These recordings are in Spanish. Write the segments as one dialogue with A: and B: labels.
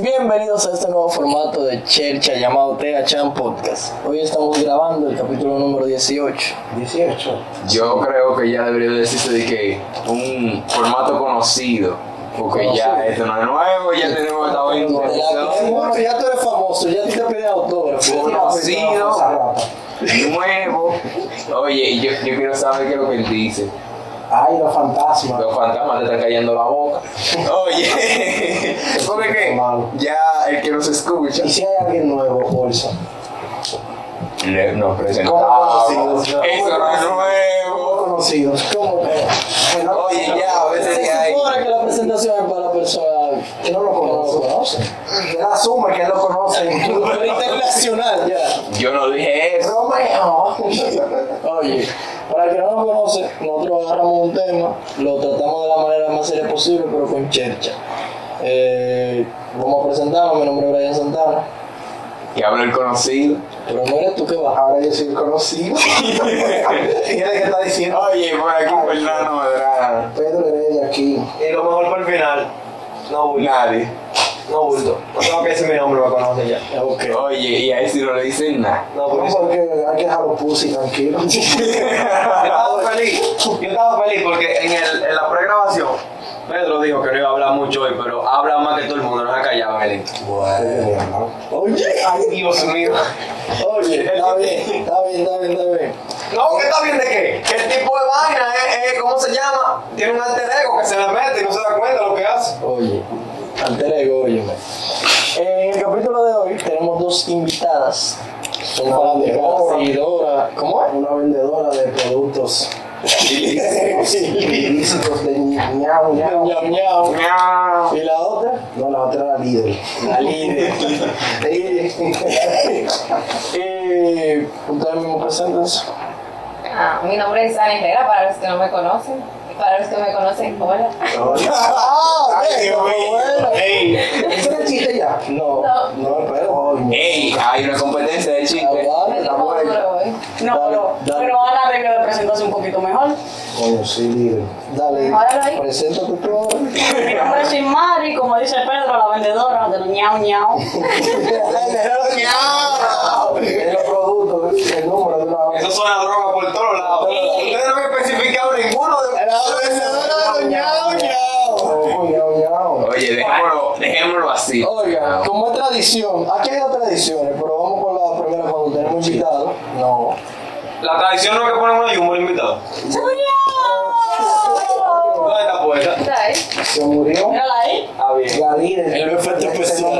A: Bienvenidos a este nuevo formato de Chercha llamado THM Podcast. Hoy estamos grabando el capítulo número 18.
B: 18.
C: Yo creo que ya debería decirse de que un formato conocido. Porque ya esto no es nuevo, ya tenemos esta
A: De la-
C: organización.
A: bueno, ya tú eres famoso, ya tú te pides autógrafo.
C: Conocido, nuevo. Oye, y yo, yo quiero saber qué es lo que él dice.
B: Ay, los fantasmas.
C: Los fantasmas te están cayendo la boca. Oye, porque que ya el que nos escucha.
B: ¿Y si hay alguien nuevo, bolsa?
C: le- Nos presentamos.
B: ¿Cómo
C: Eso
B: conocido?
C: no es nuevo.
B: Conocidos.
A: ¿Cómo que?
B: Bueno,
C: Oye, ya, a veces que
A: Se
C: hay.
A: supone que la presentación es para la persona
B: Que no lo conocen. Él asume que lo conocen.
A: pero internacional ya.
C: Yo no dije eso.
B: Romeo.
A: Oye, para el que no nos conoce, nosotros agarramos un tema, lo tratamos de la manera más seria posible, pero con Chercha. Eh, vamos a presentarnos, mi nombre es Brian Santana,
C: Y hablo el conocido.
A: pero no eres tú que vas.
B: Ahora yo soy el conocido. ¿Y él es que está diciendo?
C: Oye, por aquí Fernando Medrano.
B: Pedro Heredia aquí.
D: Y lo mejor para el final. No bulto.
C: Nadie.
D: No bulto. No tengo que decir mi nombre, lo conoce ya.
A: Ok.
C: Oye, y a ese no le dicen nada.
D: No,
B: No,
D: porque yo
B: porque hay que dejarlo pussy tranquilo.
D: estaba feliz. Yo estaba feliz porque en, el, en la pregrabación, Pedro dijo que no iba a hablar mucho hoy, pero habla más que todo el mundo, no se ha callado, Melito.
A: Oye,
D: Ay, Dios mío.
A: oye, está bien, está bien, está bien, está bien.
D: No, que está bien de qué. Que el tipo de vaina es, es- ¿cómo se llama? Tiene un alter ego que se le mete y no se da cuenta de lo que hace.
A: Oye, alter ego, óyeme. En el capítulo de hoy tenemos dos invitadas. Son fanáticas, seguidoras. ¿Cómo
B: Una vendedora de productos
A: es?
B: ilícitos de ñau ñau.
A: Ñau, ñau.
C: Miau.
A: ¿Y la otra?
B: No, la otra era líder.
A: La líder. Eh, ustedes mismos presentes.
E: Ah, mi nombre es Ana Herrera, para los que no me conocen. Y Para los que me conocen, hola.
A: ¡Ah!
C: Ay, Dios mío. Ey,
B: ¿Ese era el chiste ya?
A: No,
E: No.
B: No, pero hoy.
C: ey, hay una competencia de chistes.
E: Me
A: aguanta.
E: tomo duro hoy.
F: No,
A: Dale,
F: pero,
A: dale.
F: pero Ana debió de presentarse un poquito mejor.
B: Coño, sí, líder.
A: Dale,
E: Ahora ahí.
A: preséntate tú ahora.
F: Mi nombre es Mari, como dice Pedro, la vendedora de los ñau ñau.
B: El producto, el número de una
D: Eso suena a droga por todos lados. Ustedes no han especificado ninguno de
A: La vencedora de ñau, ñau.
B: Oh, ñau, ñau.
C: Oye, dejémoslo, dejémoslo así.
A: Oiga, como es tradición, aquí hay dos tradiciones, pero vamos con la primera cuando tenemos invitado. No.
D: La tradición no es que ponen uno y un buen invitado. ¿Dónde está puesta?
E: ¿Sabes?
B: Se murió.
F: Mírala ahí.
D: Ah, bien.
B: La líder.
A: El
B: este
A: efecto especial.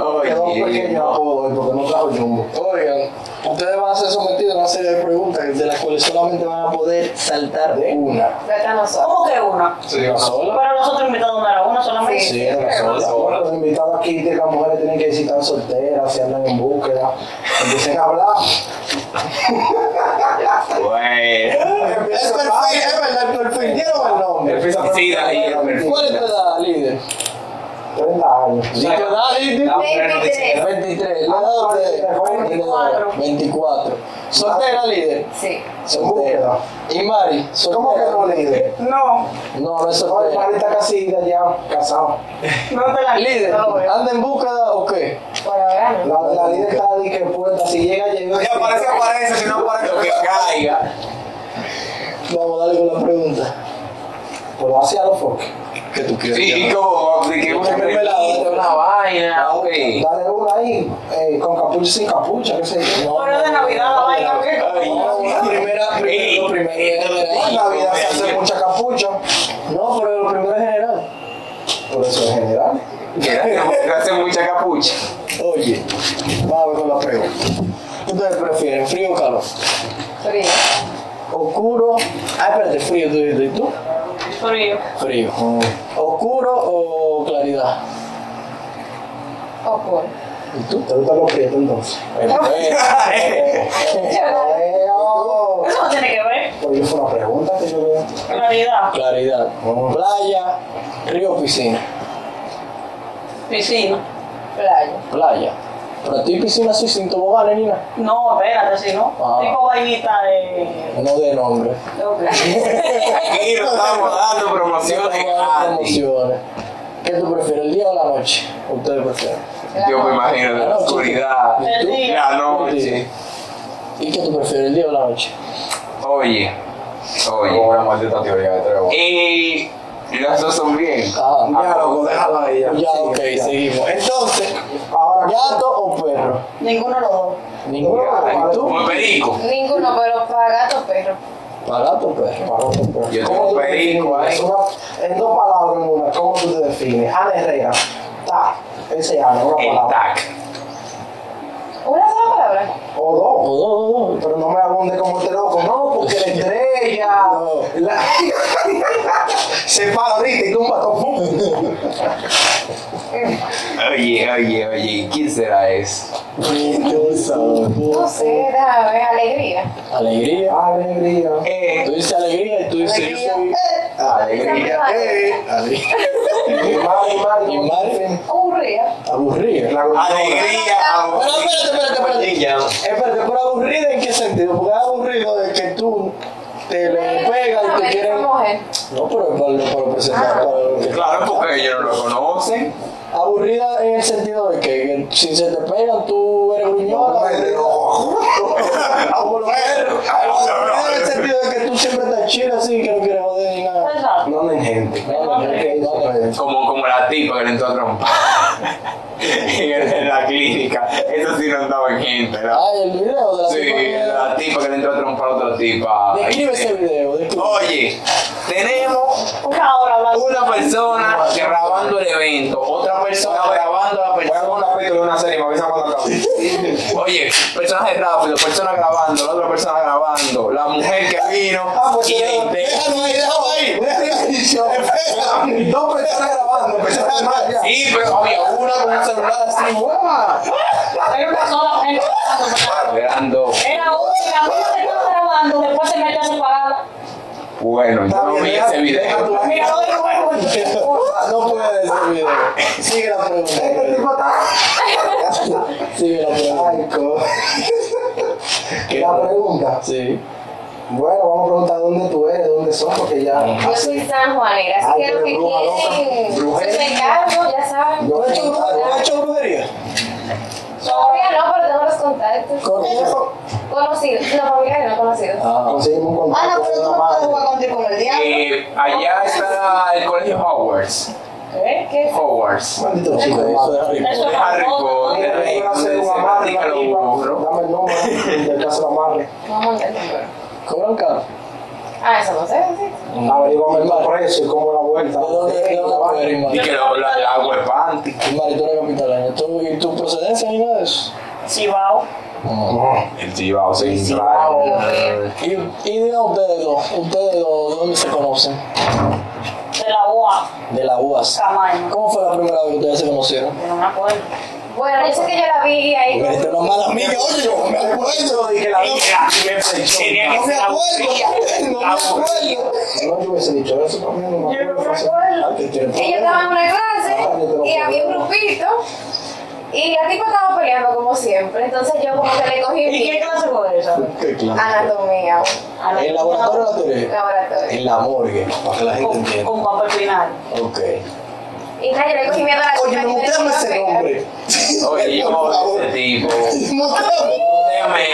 B: Oye, quedó
C: Oye,
B: pequeño
C: no.
B: apodo hoy porque no trajo jumbo.
A: Oigan, ustedes van a ser sometidos a una serie de preguntas de las cuales solamente van a poder saltar de una.
E: Acá no soy.
F: ¿Cómo que una?
D: Sí,
A: ¿Una sola?
F: Pero nosotros invitados no era una solamente.
A: Sí.
B: Era la sola. Bueno, Los invitados aquí de las mujeres tienen que decir están solteras, si andan en búsqueda, empiecen a hablar.
C: Bueno.
A: El perfil, es verdad, el perfil. ¿Dieron el nombre?
C: Sí, ahí el perfil.
A: ¿Cuál es tu edad, líder?
B: 30 años.
A: ¿Y tu edad, líder?
D: Ah, pero no dice
E: 23.
A: 23. ¿La edad
B: Ah,
A: de usted?
F: 24.
A: 24. ¿Soltera, líder?
E: Sí.
A: Soltera. ¿Y Mari?
B: ¿Cómo que
A: ¿Soltera?
B: no líder?
F: No,
A: No, no es
B: No, el
A: soltera.
B: padre está casi ya casado.
F: no te la
A: Líder,
F: No, güey.
A: ¿anda en búsqueda o qué?
E: Por ahora no.
B: La, la líder está de que puerta, si llega, llega.
D: Ya aparece, aparece, si no aparece,
C: Lo que
D: que
C: caiga.
A: Vamos a darle con la pregunta.
B: Pero hacia los foques.
A: ¿Qué tú quieres?
C: Sí, como de que una relajito, una vaina. "Ah, Ok.
B: Dale una ahí, eh, con capucha, sin capucha, qué sé yo.
F: Pero es de Navidad la vaina, ¿qué?
A: Primera, primera,
C: Ey,
A: primero, primero
C: ey,
B: En
A: general.
B: la vida se hace
C: Oye.
B: mucha capucha,
A: No, pero lo primero es general.
B: por eso en general.
C: Que le hace mu- le hace mucha capucha.
A: Oye, vamos con la pregunta. ¿Qué ¿Ustedes prefieren, frío o calor?
E: Frío.
A: ¿Oscuro? Ah, espérate, frío, tú dijiste. ¿Y tú?
F: Frío.
A: Frío. ¿Oscuro o claridad?
E: O cool.
A: ¿Y tú?
B: ¿Te gustan los prietos entonces? Eh, oh.
F: Eso no tiene que ver.
B: Pues yo fue una pregunta que yo veo.
F: Claridad.
A: Claridad. Playa, río, o piscina.
F: Piscina.
E: Playa.
A: Playa. Pero a ti piscina sí sin toboganes ni nada.
F: No, espérate, si no.
A: Ah.
F: Tipo vainita de.
A: No de nombre.
C: Aquí no estamos dando promociones
A: Promociones.
C: gratis.
A: ¿Qué tú prefieres, el día o la noche? Ustedes prefieren.
C: Yo me imagino de la
A: Claro,
C: oscuridad,
F: El día.
C: la noche.
A: ¿Y qué tú prefieres, el día o la noche?
C: Oye, oye.
D: una maldita teoría de tres Ah,
C: Y las dos son bien.
A: Ajá.
B: Ya, loco, déjalo ahí.
A: Ya,
B: Sigue,
A: ok,
B: ya.
A: seguimos. Entonces,
B: Ahora,
A: ¿gato o perro?
F: Ninguno de los dos.
A: Ninguno.
C: Ay,
A: ¿Y tú?
C: Como el perico.
E: Ninguno, pero para gato perro.
A: Para gato o perro.
B: Para otro perro.
C: Yo
B: ¿Cómo
C: tengo
B: tú te
C: perico ¿eh?
B: defines?
C: ahí.
B: Una- En dos palabras, en una, ¿cómo tú te defines? Ana Herrera. Ta. Ese Ana, una
C: El
B: palabra.
C: tac.
E: Una sola palabra.
B: O dos.
A: O dos, dos, dos.
B: Pero no me abunde como este loco, no, porque la estrella.
A: No.
B: la- se para ahorita y tumba todo. pum.
C: Oye, oye, oye. ¿Quién será eso?
E: No
A: Oh,
E: sé, déjame ver, alegría.
A: Alegría.
B: Alegría.
A: Tú
C: Eh,
A: dices alegría y tú dices yo
E: Alegría.
A: soy.
C: alegría.
A: Eh, alegría.
B: Mari, Mari,
A: Mi madre
E: Aburrida.
A: aburrida.
B: La gordura.
C: Alegría.
A: Pero
C: amor.
A: Ah, espérate, espérate, espérate. Espérate, pero aburrida en qué sentido? Porque es aburrido de que tú te le pegas y te
E: Esa
A: quieren.
E: mujer.
A: No, pero es para, para presentar, para lo que-
C: Claro, porque ellos no lo conocen.
A: Aburrida en el sentido de que si se te pegan tú eres gruñón.
B: No, el reloj.
A: Aburrida en el sentido de que tú siempre estás chila así que no quieres joder ni nada.
F: Exacto.
B: No den gente.
A: No, no,
B: ¿Qué hizo?
C: Como, como la tipa que le entró a trompar en, en la clínica. Eso sí no andaba en gente, ¿no?
A: Ah, el video de la
C: Sí,
A: tipa
C: la tipa que le entró a trompar a otra tipa.
A: que- Describe
C: Ahí
A: ese
C: te-
A: video. describe.
C: Oye, tenemos
F: Una hora hablando.
C: una persona grabando el evento, otra persona grabando a la
D: Voy a
C: persona.
D: poner un capítulo de una serie, me avisa cuando acabe.
C: Oye, personaje rápido, persona grabando, la otra persona grabando, la mujer que vino
B: Ah, pues
C: y este. la
B: yo-
C: inte-
A: Déjalo ahí, déjalo ahí.
B: Espera, Dos personas grabando, empezaron mal ya.
C: Sí, pero había una con un celular así, ¡guau!
F: Era una sola gente grabando, ¿verdad?
C: Grabando.
F: Era una, la misma que estaba grabando, después se metió a separada.
C: Bueno, yo no vi ese video.
F: Mira, lo de nuevo.
A: No puede ser video. Sigue la
B: Este
A: pregunta.
B: tipo está.
A: Sigue la pregunta.
B: Ay, co-
A: ¿Qué?
B: La pregunta.
A: Sí.
B: Bueno, vamos a preguntar dónde tú eres, dónde son, porque ya.
E: Yo soy San Juanera, así
B: Ay,
E: que
B: pero
E: los que
B: bruja loca,
E: quieren
B: brujera.
E: se encargo, ya saben.
A: ¿Tú has hecho brujería? ¿Tú has hecho brujería?
E: Todavía no, pero tengo los contactos.
A: ¿Con
B: Eso,
E: Conocidos, no familiares, no conocidos.
A: Ah,
B: Conseguimos un
G: Ana,
B: contacto
G: pero
B: de
G: tú
B: una
G: no puedes
B: madre.
G: jugar contigo con el diablo.
C: Eh, allá está el colegio Hogwarts.
E: ¿Qué? ¿Qué?
C: Hogwarts.
B: Maldito chico,
A: chico, eso
B: madre.
A: es Harry Potter.
C: Harry
F: Eso es
C: Potter.
F: para todos.
B: Mira, yo voy a hacer un amarre,
C: Practica
B: una
C: lo
B: pipa.
C: burro.
B: Dame el número del caso de amarre.
E: Vamos a mandar el número.
A: ¿Cobran caro?
E: Ah, eso no sé, sí.
B: Averiguame el precio y cómo es la vuelta.
A: ¿De dónde de dónde tú eres,
C: Y
A: Imari?
C: que lo, la, la agua es panty.
A: Imari, tú eres capitaleño. ¿Tú, ¿Y tu procedencia ni nada de eso?
F: Chivao.
C: El chivao se
B: Chivao.
C: distrae.
A: Y, y digan ustedes dos, ustedes dos, ¿dónde se conocen?
F: De la UA.
A: De la
B: Ah.
A: UAS.
F: Camaño.
A: ¿Cómo fue la primera vez que ustedes se conocieron?
F: Yo no me acuerdo.
E: Bueno, yo sé que yo la vi ahí.
A: Porque
E: con-
A: eres una mala amiga, oye, yo me acuerdo.
B: Dije la
C: Tenía que
A: No me
C: ser
A: acuerdo, no me acuerdo.
B: No, yo hubiese dicho eso también. No me
F: Yo no me
B: acuerdo.
F: acuerdo.
B: Ah, que tiene
E: Ellos
B: problema.
E: estaban en una
A: Ah,
E: clase y había un grupito y la tipa estaba peleando como siempre. Entonces yo como que le cogí
F: ¿Y qué
E: mi
F: clase fue esa?
A: Qué claro.
E: anatomía,
F: A la-
A: ¿En laboratorio o la teoría?
E: laboratorio.
A: En la morgue, para que la gente
F: Con,
A: entienda.
F: con papel final.
A: Ok.
E: Y nada, yo le cogí miedo a la tipa.
A: Oye,
E: yo le
A: muteame
E: iba a
A: ese
E: pegar.
A: nombre.
C: Oye,
A: Por
C: yo
A: favor.
C: ese tipo.
A: Muteame.
C: Déjame.
E: Ay,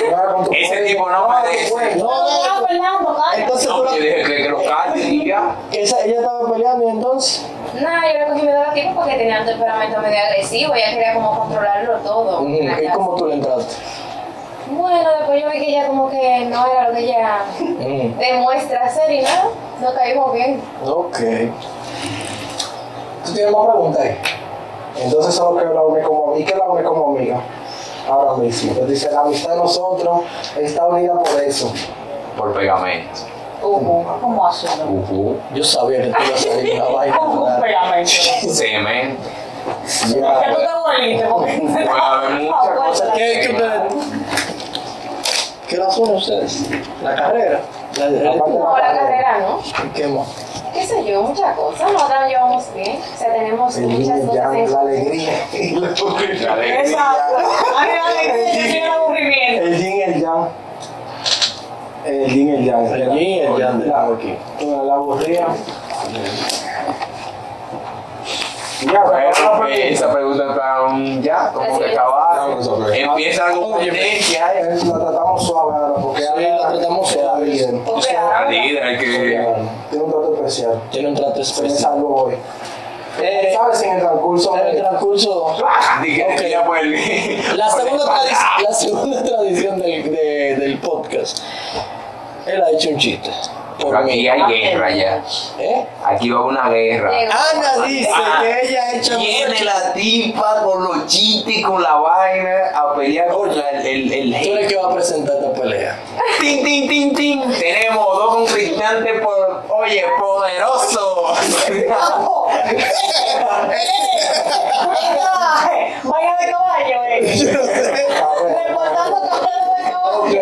B: Juega con tu
C: Ese
B: cuerpo.
C: tipo no merece.
B: bueno.
A: No, no,
F: Ah, Fernando, calla.
A: Entonces,
C: No, yo
A: pero-
C: dije que, que los cante y ya.
A: esa, ella estaba peleando y entonces.
E: Nada, yo le cogí miedo a la tipa porque tenía un temperamento medio agresivo. Ella quería como controlarlo todo. en la
A: ¿Y
E: clase.
A: cómo tú le entraste?
E: Bueno, después yo vi que ella como que no era lo que ella
A: Mm,
E: demuestra ser y nada, no caímos bien.
B: Ah,
A: Ok. ¿Tú tienes más preguntas ahí?
B: Entonces eso es lo que la une como amiga. ¿Y qué la une como amiga? Ahora mismo. Entonces dice, la amistad de nosotros está unida por eso.
C: Por pegamento.
F: ¿Cómo? ¿Cómo así?
C: Ujú.
A: Yo sabía que tú ibas a salir una vaina.
F: ¿Cómo con
A: ¿verdad?
F: pegamento? Es
C: Cemento.
F: que tú te volviste porque...
C: Puede haber muchas cosas.
A: ¿Qué, qué ustedes? ¿Qué la son ustedes? ¿La carrera? ¿La
B: Aparte de
E: No, la carrera no.
A: ¿Qué más?
E: Qué sé yo, muchas cosas. Nosotros nos llevamos bien. O sea, tenemos
B: El niño,
E: muchas
B: ya,
E: cosas en
B: la alegría.
C: La alegría.
F: Exacto. A mí me alegría, yo soy el aburrimiento.
B: El yin y el yang. El yin y el yang.
A: El yin y el yang del
B: La,
A: hockey.
B: la, la aburrida. Ya,
C: Bueno,
A: pues,
C: eh, esa pregunta está un ya, como que acabada. Empieza la competencia.
B: Ay, la tratamos suave ahora porque
A: Sí,
B: ahora
A: la tratamos suave.
B: bien.
E: Ok,
C: La
E: ahora.
C: líder que.
B: Tiene un trato especial.
A: Tiene un trato
B: Se me
A: especial.
B: salvó hoy.
A: Eh,
B: ¿Sabes? En el transcurso.
A: en el transcurso,
C: Dije
A: Ok.
C: que ya por el.
A: la
C: por la
A: segunda,
C: espalda.
A: tradi- la segunda tradición del, de- del podcast. Él ha hecho un chiste. Por
C: Aquí
A: mí.
C: hay guerra ya.
A: ¿Eh?
C: Aquí va una guerra.
A: Ana dice
C: Ah,
A: que ella ha hecho
C: Viene
A: mucho-
C: la tipa con los chistes y con la vaina a pelear contra el, el, el
A: Tú eres
C: hate.
A: que va a presentar esta pelea.
C: ¡Tin, tin, tin, tin! Tenemos dos conquistantes por. Oye, poderoso.
F: Vaya de caballo, eh. Reportando carrera de caballo.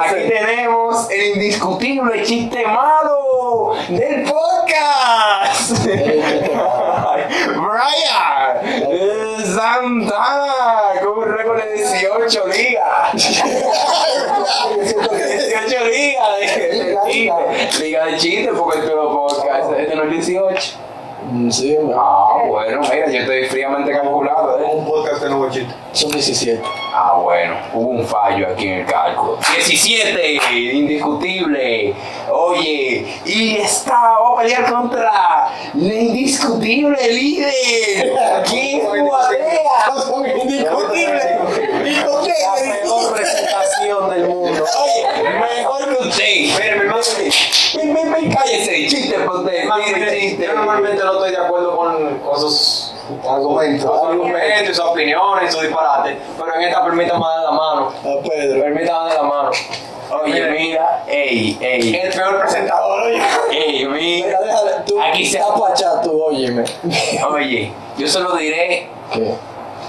C: Aquí tenemos el indiscutible chiste malo del podcast. Brian eh, Santana con un récord de 18 ligas. 18 ligas de, de chiste. Liga de chiste porque este no es podcast. Este no es 18.
A: Mm, Sí, ma.
C: Ah, bueno, mira, yo estoy fríamente calculado. ¿eh?
D: Un podcast de nuevo chiste.
A: son 17.
C: Ah, bueno, hubo un fallo aquí en el cálculo. 17, indiscutible. Oye, y está, va a pelear contra la indiscutible líder. ¿Quién guatea? Indiscutible.
B: La peor presentación del mundo.
C: Oye, mejor que usted.
D: Mire, mi hermano,
C: Ven, ven, ven, cállese. Chiste, ponte. Mire,
D: mire,
C: chiste.
D: yo normalmente no estoy de acuerdo con, con sus
B: Argumento.
D: con sus argumentos, sus opiniones, sus disparates, pero en esta permítame dar la mano.
A: A Pedro.
D: Permítame dar la mano.
C: Oye, mira, ey, ey,
D: El peor presentador, oye.
C: ey, mira.
A: Mira, déjale, tú,
C: Aquí se-
A: tapa chat, tú, óyeme.
C: Oye, yo se lo diré
A: ¿Qué?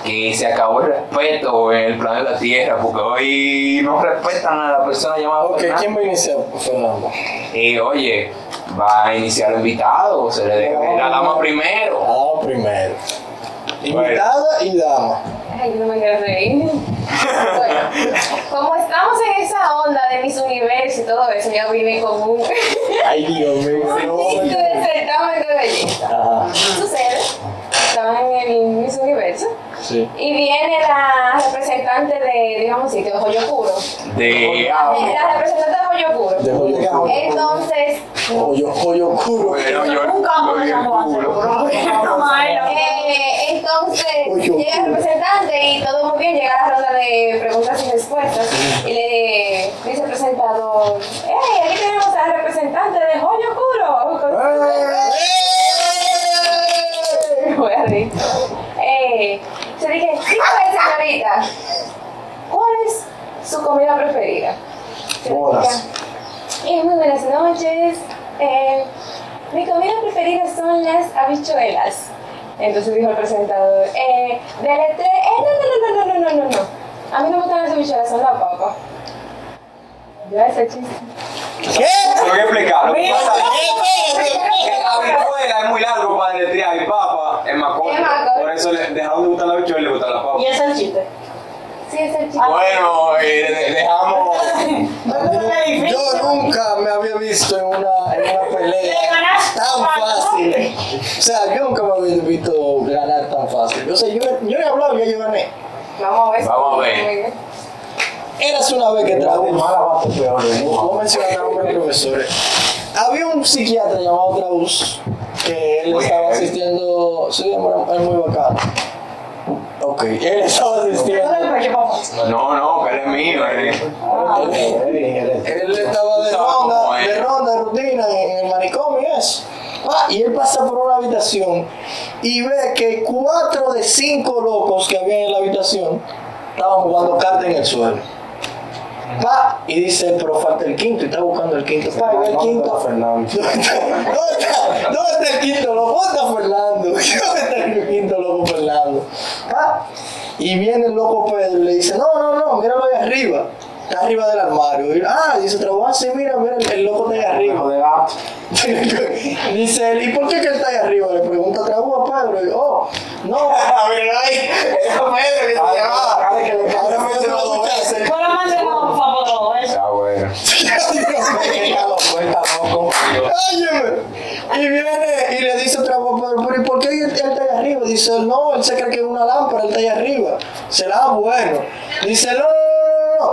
C: que se acabó el respeto en el planeta Tierra, porque hoy no respetan a la persona llamada
A: Ok,
C: Fernando.
A: ¿quién va a iniciar? Fernando.
C: Y Eh, oye, va a iniciar el invitado, se le deja la dama
A: La
C: primero.
A: dama primero.
C: Bueno.
A: Invitada y dama.
E: Ay, yo no me quiero reír. Bueno, como estamos en esa onda de mis universos y todo eso, ya vine con un un
A: Ay, Dios mío.
E: chiste de certamen de belleza.
A: Ajá,
E: Sucede, estaba en el Miss Universo
A: sí.
E: y viene la representante de, digamos así, de Hoyo Puro.
C: De
E: La representante Ah, de Hoyo Puro.
A: Dejo yo culo.
E: Entonces,
A: Hoyo, hoyo culo.
C: pero yo
F: Un campo de San Juan, seguro. No, madre,
E: Eh, entonces
A: Oye,
E: llega el representante y todo muy bien, llega la ronda de preguntas y respuestas y le dice el presentador, ¡Ey, aquí tenemos al representante de Joyo Oscuro! ¡Eh! Voy a reír. Eh, yo dije, dígame señorita, ¿cuál es su comida preferida? Yo le dije,
B: Bolas.
E: eh, muy buenas noches. Eh, mi comida preferida son las habichuelas. Entonces dijo el presentador, eh, deletre, eh, no, no, no, no, no, no, no, no. A mí no me gustan las habichuelas, son la papa. Yo ese chiste.
D: Tengo que explicarlo.
F: Mira,
D: La habichuela es muy largo para deletrear y papa es más corto.
E: Es más corto.
D: Por eso le dejaron de gustar la habichuela y le gusta la papa.
F: Y ese es el chiste.
E: Sí, ese chiste.
C: Bueno, eh, de- dejamos.
A: Yo nunca me había visto en una, en una pelea
F: Le ganaste,
A: tan
F: Paco.
A: fácil. O sea, yo nunca me había visto ganar tan fácil. O sea, yo, yo he hablado, ya yo gané.
E: Vamos a ver. si-
C: Vamos a ver.
A: Eras una vez que
B: La de
A: Trabus,
B: mala va a ser peor. ¿eh?
A: no mencionar nombres profesores. Había un psiquiatra llamado Trabus que él estaba asistiendo. Sí, hombre, es muy bacano. Ok, él estaba asistiendo.
C: No, no, pero es mío. eh.
B: Ah,
A: Él estaba de
C: Estaba como
A: ronda,
C: él.
A: de ronda, de rutina en, en el manicomio y eso. Ah, y él pasa por una habitación y ve que cuatro de cinco locos que había en la habitación estaban jugando cartas en el suelo. Pa, y dice, pero falta el quinto, y está buscando el quinto. Pa, y ve el quinto.
B: Fernando.
A: ¿Dónde está, dónde está el quinto loco? ¿Dónde está Fernando? ¿Dónde está el quinto loco Fernando? Ah, Y viene el loco Pedro y le dice, no, no, no, míralo ahí arriba. Está arriba del armario. Y, ah, dice otra voz, ah, sí, mira, mira, el, el loco está ahí
B: Hijo
A: arriba.
B: de gato.
A: dice él, ¿y por qué que él está ahí arriba? Le pregunta otra voz a Pedro. Y, oh, no. A ver, ay, eso Pedro que
B: se llamaba. Ahora me
A: lo
B: mencionado dos
A: veces.
F: Bueno, mandemos un favor, todo eso.
C: Está bueno.
B: Venga, lo suelta, loco.
A: Óyeme. Y viene y le dice otra voz, pero, pero ¿y por qué él él está ahí arriba? Dice, Dice, no, él se cree que es una lámpara, él está allá arriba. Será bueno. Dice, no, no, no, no, no.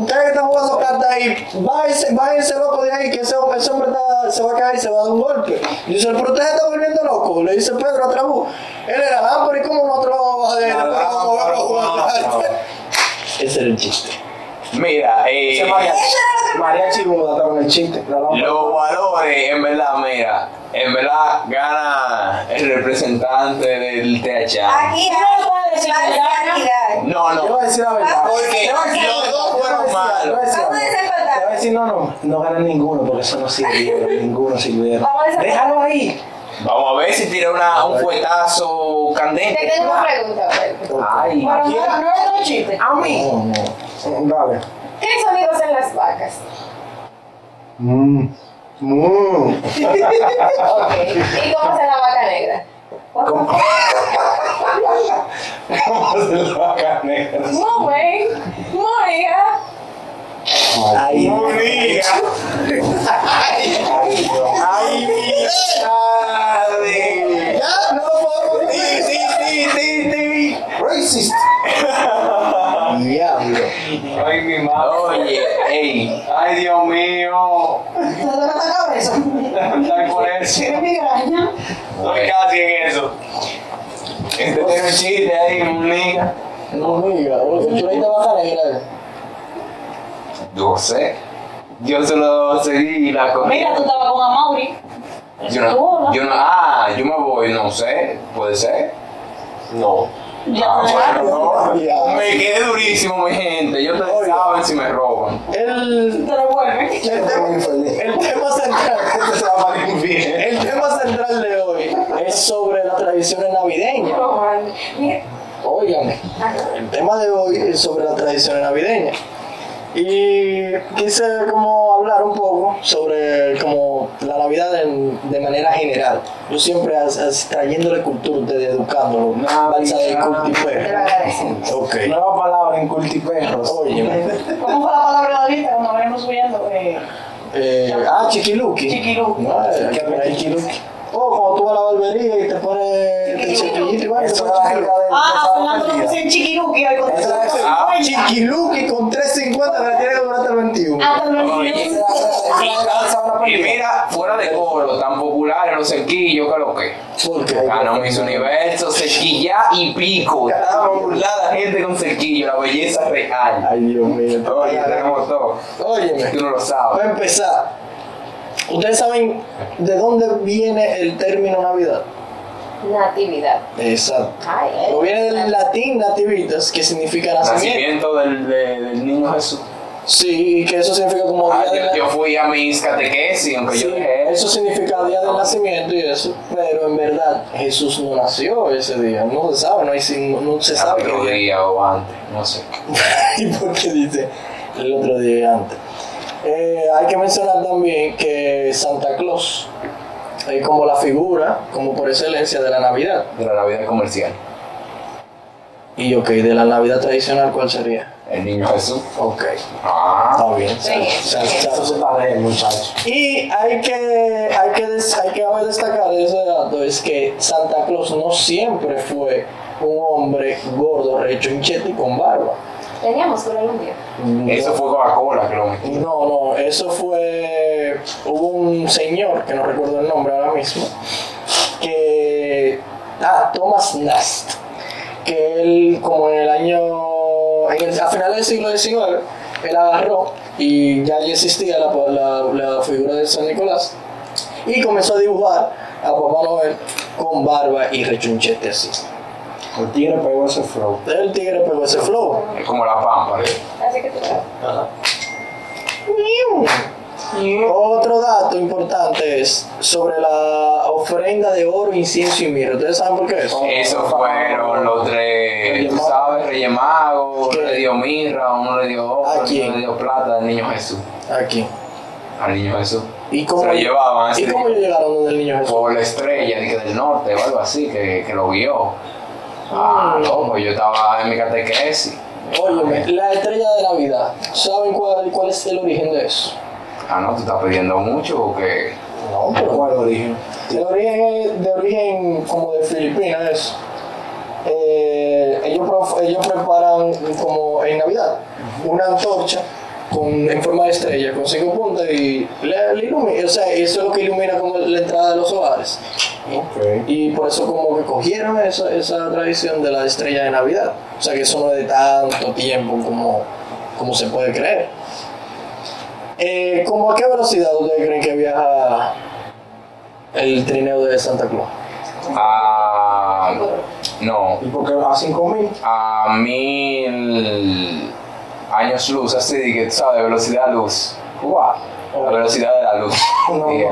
A: Ustedes que están jugando cartas ahí, bájense, bájense loco de ahí, que ese, ese hombre está- se va a caer y se va a dar un golpe. Dice, pero usted se está volviendo loco. Le dice Pedro a Trabú, él era lámpara y cómo nosotros vamos a bajar de él.
D: La
A: Nosotros vamos a
D: lámpara,
A: jugar
D: la
A: cartas".
D: lámpara.
A: Ese era el chiste.
C: Mira, eh,
B: María Chibuda estaba en el chiste. La lámpara.
C: los valores, en verdad, mira, en verdad gana el representante del THA.
F: Aquí hay parcialidad.
C: No,
B: Yo voy
C: no.
B: a decir la verdad.
C: Porque los dos fueron malos.
F: Vamos a desempatar.
B: Te voy a decir, no, no, no ganan ninguno porque eso no sirvieron, ninguno sirvieron.
E: Vamos a desempatar.
B: Déjalo ahí.
C: Vamos a ver si tira una, un fuetazo
E: Te
C: candente.
E: tengo una pregunta, Pedro.
B: Ay,
E: Bueno,
F: No, no es otro chiste.
B: a mí. No, no. Dale.
E: ¿Qué sonidos en las vacas?
B: Mm. Mm.
E: Ok. ¿Y cómo se la vaca negra? Muy, muy, ¿ah?
B: Ay,
C: ¡Ay, mi madre!
A: Ya, no podemos
C: ¡Ti, ti, ti, ti, ti!
B: racist.
A: Diablo.
D: Ay, mi madre.
C: Oye, ey,
D: Ay, Dios mío.
F: ¿Te duele la cabeza?
D: Estoy por eso.
F: ¿Tienes migraña?
D: Estoy casi en eso.
C: este tiene un chiste ahí, amiga.
A: No, mira, oye, tú ahí te vas a negra.
C: No sé. Yo solo seguí la corriente.
F: Mira, tú estabas con Amaury.
C: Yo no, yo no, ah, yo me voy, no sé, puede ser.
D: No.
F: Ya
C: Ah,
F: te
C: bueno,
F: dejaron.
C: no. Me quedé durísimo, mi gente. Yo te saben si me roban.
A: El,
F: Te devuelven.
A: el tema- el tema central.
D: Se va a bien.
A: El tema central de hoy es sobre las tradiciones navideñas.
E: No, man. Mira,
A: Óigame, el tema de hoy es sobre las tradiciones navideñas. Y quise como hablar un poco sobre como la Navidad en- de manera general. Yo siempre as- as- trayéndole cultura, ustedes educándolo. Balsa de
F: Te lo
A: cultiper.
F: agradecemos.
A: Ok.
B: Nueva palabra en cultiperros.
A: Óyeme.
F: ¿Cómo fue la palabra de ahorita cuando venimos subiendo? Eh,
A: Eh, ah, chiquiluki.
F: Chiquiluki.
A: No, eh, que por ahí chiquiluki. O Oh, cuando tú vas a la barbería y te pones el
F: Chiquiluki.
A: cepillito y vas
B: Eso es la jerga de
F: ah,
B: de
F: Fernando
B: Salvador
F: lo
B: Díaz.
F: dice en chiquiruki. Hoy con
B: Esa es-
C: ah,
A: Chiquiluki con 350 me la tiene que durar hasta el 21.
F: Hasta el 21.
C: Y mira, fuera de coro, tan popular en los cerquillos, que lo que.
A: ¿Por qué?
C: Ganó mis universo, cerquilla y pico. Estaba burlada gente con cerquillo, la belleza real.
A: Ay, Dios mío.
C: Oye, tenemos todo.
A: Óyeme.
C: Tú no lo
A: Para
C: sabes.
A: empezar, ¿ustedes saben de dónde viene el término Navidad?
E: Natividad.
A: Exacto.
E: Ay, eh.
A: Proviene del latín nativitas, que significa nacimiento.
C: Nacimiento del, de- del niño Jesús.
A: Sí, que eso significa como
C: Ah,
A: día del
C: yo, yo fui a mis catequesis, aunque
A: Sí,
C: yo dejé Ah,
A: eso significa día del nacimiento y eso, pero en verdad Jesús no nació ese día, no se sabe, no, hay, sin- no, no se
C: el
A: sabe.
C: otro
A: qué día.
C: día ah, o antes, no sé.
A: ¿Y por qué dice el otro día antes? Eh, hay que mencionar también que Santa Claus es como la figura, como por excelencia de la Navidad.
C: De la Navidad comercial.
A: Y ok, de la Navidad tradicional, ¿cuál sería?
C: El niño Jesús.
A: Ok,
C: Ah.
A: está bien. Sa- sa-
B: Eso
A: sa-
B: se está de muchachos.
A: Y hay que, hay que, des- hay que destacar de ese dato es que Santa Claus no siempre fue un hombre gordo, rechonchete y con barba.
E: Teníamos por algún día.
C: Eso fue Coca-Cola que lo metió.
A: No, no, eso fue. Hubo un señor, que no recuerdo el nombre ahora mismo, que. Ah, Thomas Nast. Que él, como en el año. en el- a finales del siglo XIX, él agarró y ya allí existía la, la- la figura de San Nicolás y comenzó a dibujar a Papá Noel con barba y rechonchete así.
B: El tigre pegó ese flow.
A: El tigre pegó ese flow.
C: Es como la pampa. ¿eh?
E: Así que tú
A: Otro dato importante es sobre la ofrenda de oro, incienso y mirra. ¿Ustedes saben por qué es?
C: Eso fueron los tres, tú sabes, Reyes Magos,
A: ¿Qué?
C: uno le dio mirra, uno le dio oro,
A: ¿A quién?
C: uno le dio plata al niño Jesús.
A: Aquí.
C: Al niño Jesús.
A: ¿Y cómo,
C: Se lo llevaban,
A: ¿y
C: sí.
A: cómo ellos llegaron donde el niño Jesús?
C: Por la estrella dije, del norte o algo así, que, que lo guió.
A: Mm.
C: Ah, loco, yo estaba en mi catequesis.
A: Óyeme, la estrella de Navidad. ¿Saben cuál, cuál es el origen de eso?
C: Ah, no, tú estás pidiendo mucho porque
A: No, pero...
B: ¿Cuál origen?
A: El origen es de origen como de Filipinas, eso. eh, ellos, prof- ellos preparan como en Navidad una antorcha con, en forma de estrella con cinco puntas y le, le ilumina, o sea, eso es lo que ilumina como la entrada de los hogares. Y por eso como que cogieron esa, esa tradición de la estrella de Navidad. O sea que eso no es de tanto tiempo como, como se puede creer. Eh, ¿Cómo a qué velocidad ustedes creen que viaja el trineo de Santa Claus?
C: Ah, no,
B: Y Ah, porque a 5000,
C: a mil años luz, así que tú sabes, velocidad luz. Guau, La velocidad de la luz.
B: No,
C: Dije,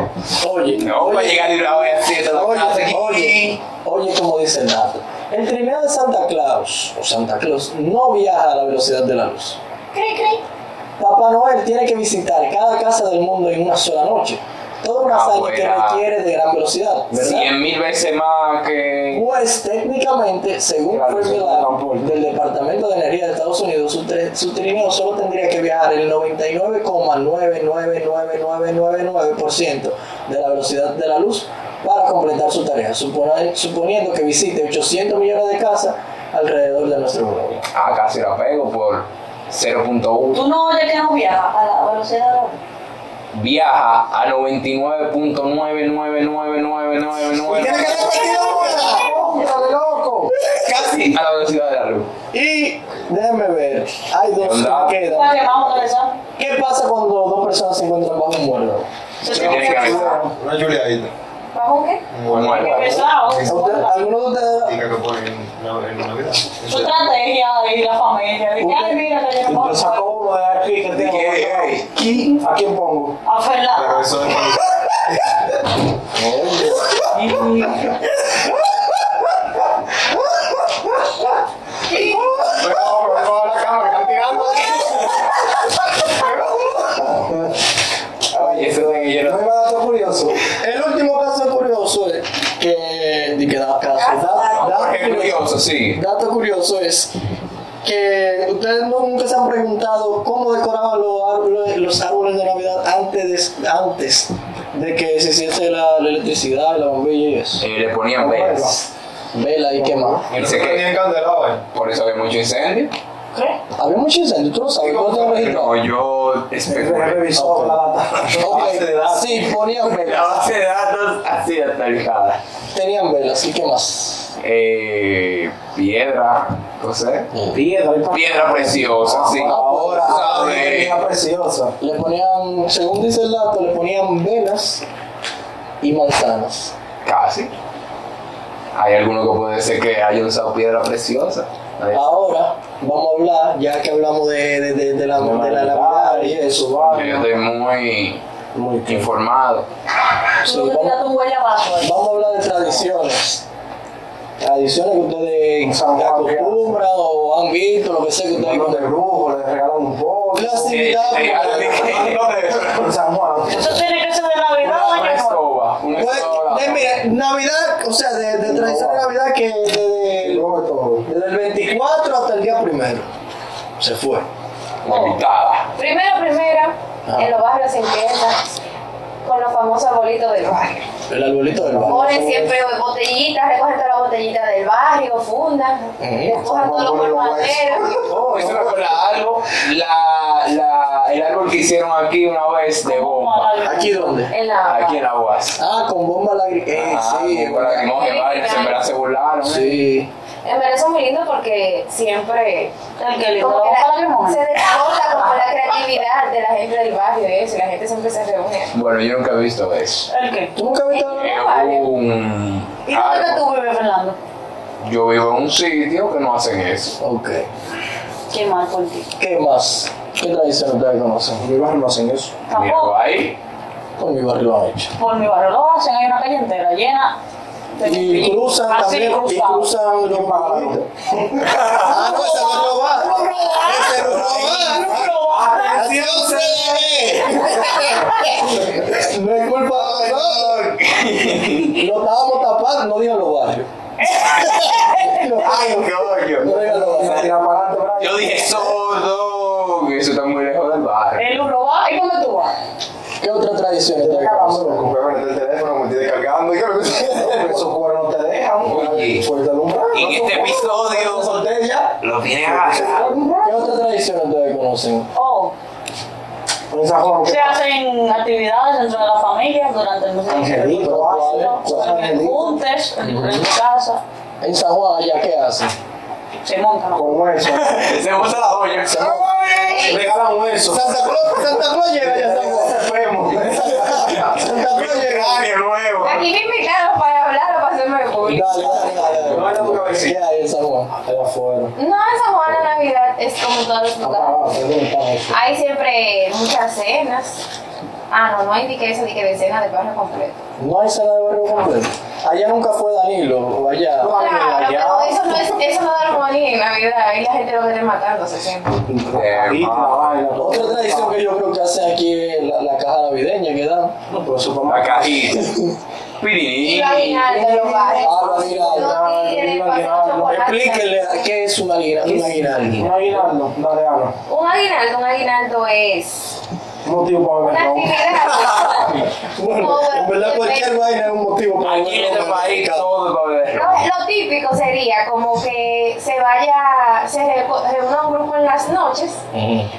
A: Oye,
C: No, va a llegar y la voy a decir, te lo voy a hacer
A: Oye,
C: aquí.
A: oye, oye, como dice el dato. El trineo de Santa Claus, o Santa Claus, no viaja a la velocidad de la luz.
F: Cri, cri.
A: Papá Noel tiene que visitar cada casa del mundo en una sola noche. Toda una
C: Ah,
A: hazaña
C: buena.
A: que requiere de gran velocidad, ¿verdad?
C: Cien mil veces más que.
A: Pues técnicamente, según
C: Claro,
A: fue
C: eso es un
A: Milan, del Departamento de Energía de Estados Unidos, su, tre- su trineo solo tendría que viajar el 99,999999% de la velocidad de la luz para completar su tarea, supone- suponiendo que visite 800 millones de casas alrededor de nuestro globo.
C: Ah, casi la pego por 0.1.
F: Tú no oyes que no viaja a la velocidad de la luz.
C: Viaja a 99.999999.
B: ¡Póngale loco!
C: Casi a la velocidad de la luz.
A: Y déjenme ver, hay dos que
C: ¿Verdad?
A: me quedan.
F: Para que más uno le sabe.
A: ¿Qué pasa cuando dos personas se encuentran bajo un muerto?
F: Se
C: Tiene
F: tiene
C: que
F: que
C: avisar.
F: avisar.
D: Una chuleadita.
E: ¿Bajo qué?
F: Tiene que
C: Muerta.
F: avisar, o-
A: ¿Alguno de ustedes
D: Tica que ponen en en Navidad.
F: Su estrategia y la familia. De que, ay, mira, le
B: Yo
F: llamamos
B: saco uno de aquí que tengo.
C: Dije,
B: ¿Quién? ¿A quién pongo?
F: a
D: Pero
F: Fernanda.
D: Ah, eso es
C: Oye, eso es que yo
B: ¿No
C: no.
B: me va a dar curioso?
A: El último caso curioso es que, di que da- caso, da- da-
C: Porque es curioso, sí.
A: dato curioso es que ustedes no- nunca se han preguntado cómo decoraban los árboles, los árboles de Navidad antes de, antes de que se hiciese la, la electricidad, la bombilla y eso.
C: Y Eh, le ponían velas.
A: Vela y quema.
C: Y dice que por eso había mucho incendio.
F: ¿Qué?
A: Había mucho incendio, tú lo sabes, ¿cómo te registrado?
C: No, yo especulé.
B: Revisó la data.
A: Sí, ponían
C: La
A: velas.
C: base de datos ha sido actualizada.
A: Tenían velas, ¿y qué más?
C: Eh, piedra, no sé.
B: Piedra, ahí está.
C: Piedra preciosa, sí.
B: Ahora,
C: ¿Sabe?
B: piedra Ah, preciosa.
A: Le ponían, según dice el dato, le ponían velas y manzanas.
C: Casi. Hay alguno que puede ser que haya usado piedra preciosa.
B: Ah,
C: Ahí.
A: Ahora vamos a hablar, ya que hablamos de, de, de- de la, de la Navidad y eso,
C: Yo estoy muy informado.
A: Sí,
F: Tú no
A: vamos,
F: te tiras un huele a vaso. ahí.
A: vamos a hablar de tradiciones. Tradiciones que ustedes
B: San Juan,
A: acostumbran o han visto, lo que sea que ustedes
B: Los de brujo, le regalan un pollo.
A: Las
C: Eh, eh,
A: invitamos.
B: En San Juan.
F: Eso tiene que ser de Navidad o
C: Una
F: Año Nuevo.
C: escoba, una
A: Pues,
C: escoba.
A: de- mira, Navidad, o sea, de, de tradición de Navidad que desde
B: Luego de todo.
A: desde el 24 hasta el día primero se fue.
C: Una invitada.
E: Primero, primero,
B: Ah.
E: en los barrios sin tiendas, con los famosos arbolitos del barrio.
A: El arbolito del barrio.
E: Ponen siempre botellitas, recogen todas las botellitas del barrio, fundas, despojan todos los colmaderos.
C: Oh, eso me acuerda a algo. La, la, el árbol que hicieron aquí una vez de bomba.
A: ¿Aquí dónde?
E: En la.
C: Aquí en la UAS.
A: Ah, con bomba lagri... Eh,
C: Ah,
A: sí, es
C: con la
A: verdad.
C: lacrimógena, vaya, se me la se burlaron. eh.
A: Sí.
E: En verdad eso es muy lindo porque siempre.
F: El que le
E: Como que
F: toca la
E: la- se
F: limón.
E: desborda como la creatividad de la gente del barrio y eso, y la gente siempre se reúne.
C: Bueno, yo nunca he visto eso.
F: ¿El qué?
A: ¿Tú nunca viste
E: En
A: la-
E: el barrio.
C: Un
F: ¿Y dónde que
C: árbol.
F: tú vives, Fernando?
C: Yo vivo en un sitio que no hacen eso.
A: Ok.
F: Qué mal por ti.
A: ¿Qué más? ¿Qué tradición ustedes conocen?
B: Mi barrio no hacen eso.
C: Míralo
F: Tampoco.
C: ahí.
A: Con mi barrio lo han hecho.
F: Por mi barrio lo hacen, hay una calle entera llena. de-
A: Y cruzan
F: Así,
A: también, y
F: cruzado.
A: cruzan los pagaditos. ah, no, esa no es robar. Esa es robar. Atención, eh. se ve. No es culpa de nosotros. Lo estábamos tapando, no digan los barrios. No,
C: coño.
A: no digan los barrios.
B: Tira para adelante, Brian.
C: Yo dije sordo. que Eso está muy lejos del barrio.
F: El uno va y dónde tú vas.
A: ¿Qué otra tradición está bien?
B: Cagamos,
D: Compré el teléfono, me estoy descargando. ¿Y qué es lo que
B: porque esos cueros no te dejan.
C: Oye.
B: Suelta el umbral.
C: En este episodio-
B: Solté ya.
C: Lo tienen agarrado.
A: ¿Qué otra tradición ustedes conocen?
F: Oh,
B: Un sajón.
F: se hacen actividades dentro de la familia durante el mes de
B: Angelito, hace. Los
F: Se
B: angelitos.
F: juntes en tu casa,
A: En San Juan, allá, ¿qué hacen?
F: se montan.
B: Con eso.
C: Se gusta la doña.
B: Regalan un eso.
A: Santa Claus, Santa Claus llega ya a San Juan. Santa Claus llega.
C: Escenario nuevo.
E: Aquí me invitaron para hablar o para hacerme público.
A: Dale, dale, dale. dale. ¿Qué hay en San Juan?
B: Allá afuera.
E: No, en San Juan la Navidad es como en todos los lugares.
B: Apagado, pregunta eso.
E: Hay siempre muchas cenas. Ah, no, no hay ni que eso, ni que de cena de barrio completo.
A: No hay cena de barrio completo. Allá nunca fue Danilo, o allá.
E: Claro, pero eso no, es, eso no da armonía en Navidad. Ahí la gente lo viene matándose siempre.
B: Ahí, la vaina, pues. todo.
A: Otra tradición que yo creo que hacen aquí es la, la caja navideña que dan.
B: No, pero Pues, eso
C: La
B: vamos a-
C: cajita.
E: Y
C: Pirirín.
E: la guinalda de los bares.
A: Ah, la guinalda.
E: Los tigres, pasan chocolate.
A: Explíquenle a qué es una guinalda. Una
B: Un
A: guinalda.
B: aguinaldo, dale Ana.
E: Un aguinaldo, un aguinaldo es
B: Un motivo para
E: una
B: beber romo.
E: actividad.
A: Bueno, en verdad cualquier vaina es un motivo para
C: Aquí en este país todo es para beber.
E: Lo, lo típico sería como que se vaya, se reco- reúna un grupo en las noches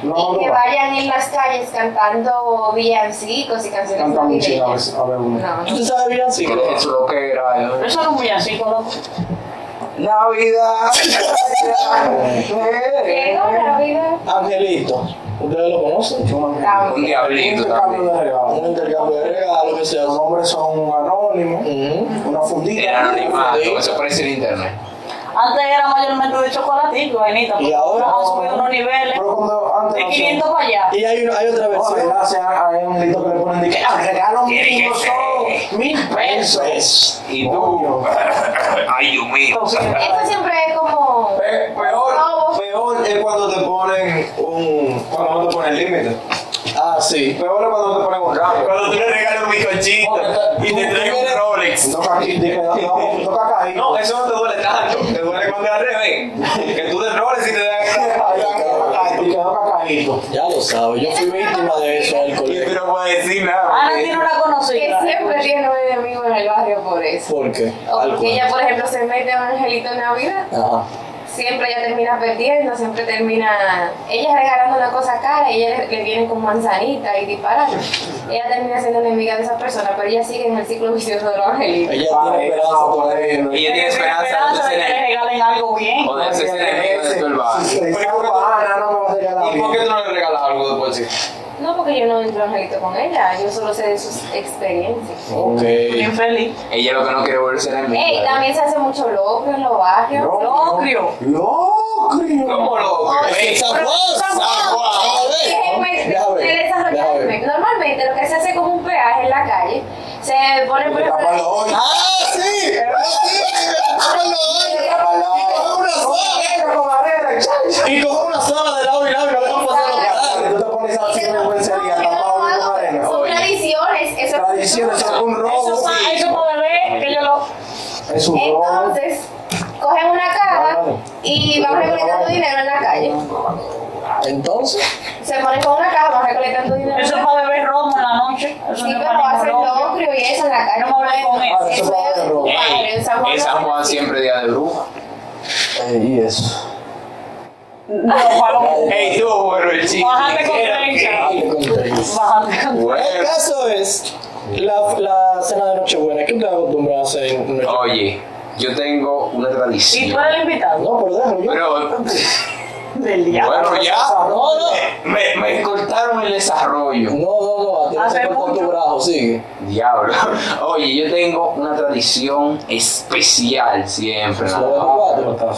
B: No,
E: y que
B: no,
E: vayan en las calles cantando villancicos y canciones
B: Canta un chico, a ver,
E: navideñas.
B: a ver uno.
E: No,
A: ¿Tú
E: no.
A: te sabes bien así?
C: Que deje su loquera. ¿no?
F: Eso era un villancico, loco.
C: Navidad.
E: Llegó la vida.
A: Angelito. ¿Ustedes lo conocen?
C: Un
E: También.
C: diablito
B: Un cambio
C: también.
B: de regalo.
A: Un intercambio de regalos que se hace.
B: Los hombres son anónimos,
A: Ujú.
B: una
C: El
B: fundita.
C: anonimato, eso aparece en internet.
F: Antes era mayormente de chocolatito, vainita.
A: Y
F: pero
A: ahora-
F: han subido unos niveles
B: Pero cuando antes oh,
F: de
B: no
F: 500 para allá.
A: Y hay, una- hay otra
B: No,
A: versión.
B: gracias a a un lindo que le ponen de que "Ah, regalo mínimo son mil pesos.
A: Es.
C: Y tú. Ay, Dios mío.
E: Eso siempre es como
D: Pe-
B: Eh,
D: Peor, peor es cuando te ponen un. Cuando no te ponen límite.
A: Ah, sí.
D: Peor es cuando te ponen un ramo.
C: Cuando tú le regalas un bizcochito y te traes un Rolex.
B: No ca- de que no- no- no cacaíto.
D: No, eso no te duele tanto. Te duele cuando es al revés. Que tú desroles y te
B: Ay,
D: dan.
B: no cacaíto, y quedó cacaíto.
A: Ya lo sabes. Yo fui víctima de eso en el
C: Y tú
A: colegio.
C: no puedes decir nada.
F: Ana tiene una
E: que pues.
F: conocida.
E: siempre tiene un enemigo en el barrio por eso.
A: ¿Por qué?
E: O
A: Al
E: porque
A: cual.
E: ella, por ejemplo, se mete a un angelito en Navidad,
A: Ajá.
E: siempre ella termina perdiendo, siempre termina ella regalando una cosa cara y ella le, le viene con manzanita y disparando. Ella termina siendo enemiga de esa persona, pero ella sigue en el ciclo vicioso de los angelitos.
A: Ella
B: Ah,
A: tiene
B: ella
A: esperanza
B: no,
A: por ahí.
C: Y ella tiene esperanza de
F: esperanza de que le
C: ser
F: regalen algo bien.
C: o de ser enemigo de tu
B: Si
C: hermano.
B: le salgo a Ana, no me va a regalar
D: ¿Y por qué
B: bien.
D: tú no le regalas algo de por sí?
E: No porque yo no entro a angelito con ella, yo solo sé de sus experiencias.
A: Ok.
F: Bien feliz.
C: Ella lo que no quiere volver a ser
E: Ey,
C: enemigo.
E: también se hace mucho locro en los barrios.
F: Locrio.
B: Locrio.
D: ¿Cómo lo?
A: ¡Ey, San Juan! San
E: Este,
A: Juan!
E: Déjeme-
A: Déjame ver,
E: déjeme
A: déjame
E: desarrollarme.
A: ver.
E: Normalmente lo que se hace como un peaje en la calle, se pone por ejemplo,
B: Tapan los hoyos.
A: ¡Ah, sí! ¡Sí! ¡Tápalo! ¡Tápalo! ¡Una sola!
B: Barrera con barrera, chan, chan.
A: Y coge una sola de lado y lado y no dejan pasar los
B: Ya,
A: carros.
B: Tú te pones así en vergüencería, tapado hoyo con arena.
E: Son tradiciones, eso es
B: Tradiciones, eso es un
F: Eso
B: robo.
F: pa- eso para beber, que yo lo.
B: Es un robo.
E: Entonces, cogen una caja y van recolectando dinero en la calle.
A: Entonces,
E: Se ponen con una caja, van recolectando dinero. en
F: Eso
E: la
F: es
E: calle.
F: para beber romo en la noche. Eso
E: Sí,
F: no es
E: pero
F: para
E: hacen
F: ningún locrio.
E: locrio y eso en la calle.
F: No me hables con
B: Ah,
F: eso.
E: Eso es de tu padre, en San Juan
C: En
E: no
C: San
E: hacen
C: Juan
E: así.
C: siempre día de bruja.
A: eh, y eso.
F: No, palomo.
C: Ey, tú, bueno, el chiste.
F: Bájate con trencha.
A: Dale con tres.
F: Bájate con
A: El
C: Bueno,
A: caso es la, la cena de Nochebuena. ¿Qué te acostumbras a hacer en Nochebuena?
C: Oye, yo tengo una
F: Y tú
C: tradición.
F: eres el invitado.
A: No, pero déjalo yo. Ah,
C: Pero,
F: Del diablo.
C: bueno, ya.
A: No, no.
C: Me, me cortaron el desarrollo.
A: No, no, no, a ti no
F: Hace
A: te cortó
F: mucho.
A: tu brazo, sigue.
C: Diablo. Oye, yo tengo una tradición especial siempre.
A: Los
C: ¿no?
A: 24.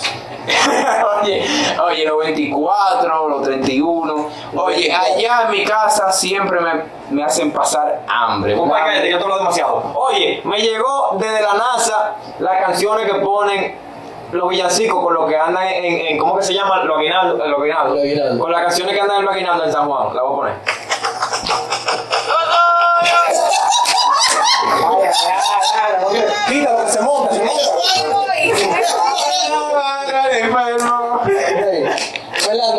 C: oye, oye, los 24, los 31. Oye, allá en mi casa siempre me, me hacen pasar hambre.
D: Oh my God, yo te hablo demasiado. Oye, me llegó desde la NASA las canciones que ponen los villancicos con los que andan en, en- ¿cómo que se llama? Lo aguinaldo, el aguinaldo.
A: Lo aguinaldo.
D: Con las canciones que andan en lo aguinaldo en San Juan, la voy a poner.
B: Quítalo que se monta, se monta.
E: Ay,
A: Fernando,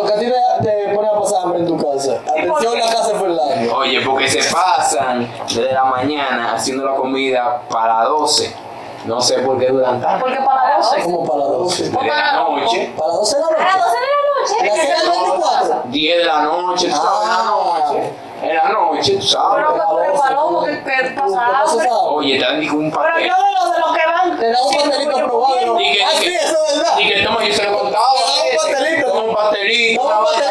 A: que a ti te, te pone a pasar hambre en tu casa. A ti Atención, la casa de Fernando.
C: Oye, porque se pasan desde la mañana haciendo la comida para 12. No sé por qué duran tanto.
F: Porque para las 12.
A: Como para las 12.
C: De la noche,
A: ¿Para las 12 de la
F: A las 12
A: noche?
F: de la
A: ¿La
F: noche.
A: cena del 24?
C: 10 de la noche, tú sabes, en la noche. En la noche, tú sabes.
F: Pero que tú eres palomo, que, que
A: ¿Tú
F: pasa hambre.
C: Oye, te dan un
F: Pero
C: papel.
F: yo de los, de los que van.
A: Le da un pastelito
F: Yo
A: probado.
C: Y que-
A: Ah, sí, eso es verdad.
C: Y que toma, yo se lo contaba.
A: Dame un pastelito. eh,
C: Toma un pastelito.
A: No,
C: una
A: no,
C: vaina,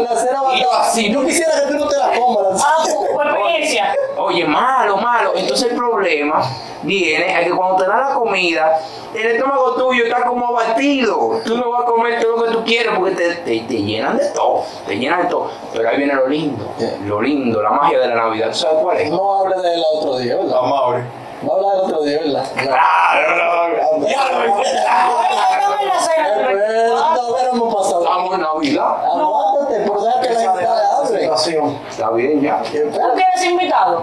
A: no, la cena va a
C: Y yo
A: estar
C: así,
A: Yo
C: no
A: quisiera que tú no te la comas.
F: Ah, por por experiencia.
C: Oye, malo, malo. Entonces el problema viene a que cuando te dan la comida, el estómago tuyo está como abatido. Tú no vas a comer todo lo que tú quieras porque te, te- te llenan de todo. Te llenan de todo. Pero ahí viene lo lindo. Lo lindo, la magia de la Navidad. ¿Tú sabes cuál es?
A: No hables de él otro día, ¿verdad?
C: La madre.
A: No hables del otro día, ¿verdad?
C: Claro, no, no, ya lo encontré.
F: Estaba en la Ah,
A: Espera,
F: cena.
A: todavía no hemos pasado.
C: Estamos en Navidad.
A: Aguántate por dejar que la invitada hable.
B: situación.
C: Está bien ya.
F: ¿Tú tienes invitado?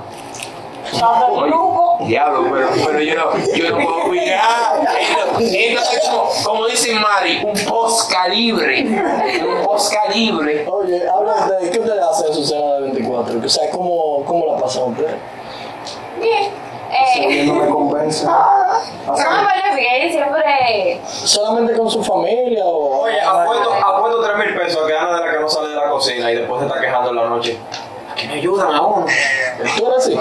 F: Santo
C: Oye,
F: Luco.
C: Diablo, pero, pero yo, no, yo no puedo cuidar. Esto- esto es como, como dice Mari, un post calibre. Un post calibre.
A: Oye, habla de qué ustedes hacen en su cena de 24. O sea, ¿cómo, cómo la pasaron ustedes?
E: Bien. Eh,
B: No me convence. Así.
E: no, bueno, bien, siempre.
A: ¿Solamente con su familia o...?
D: Oye, apuesto, apuesto 3 mil pesos a que Ana de la que no sale de la cocina y después se está quejando en la noche. Que me ayudan a uno.
A: ¿Tú eres así?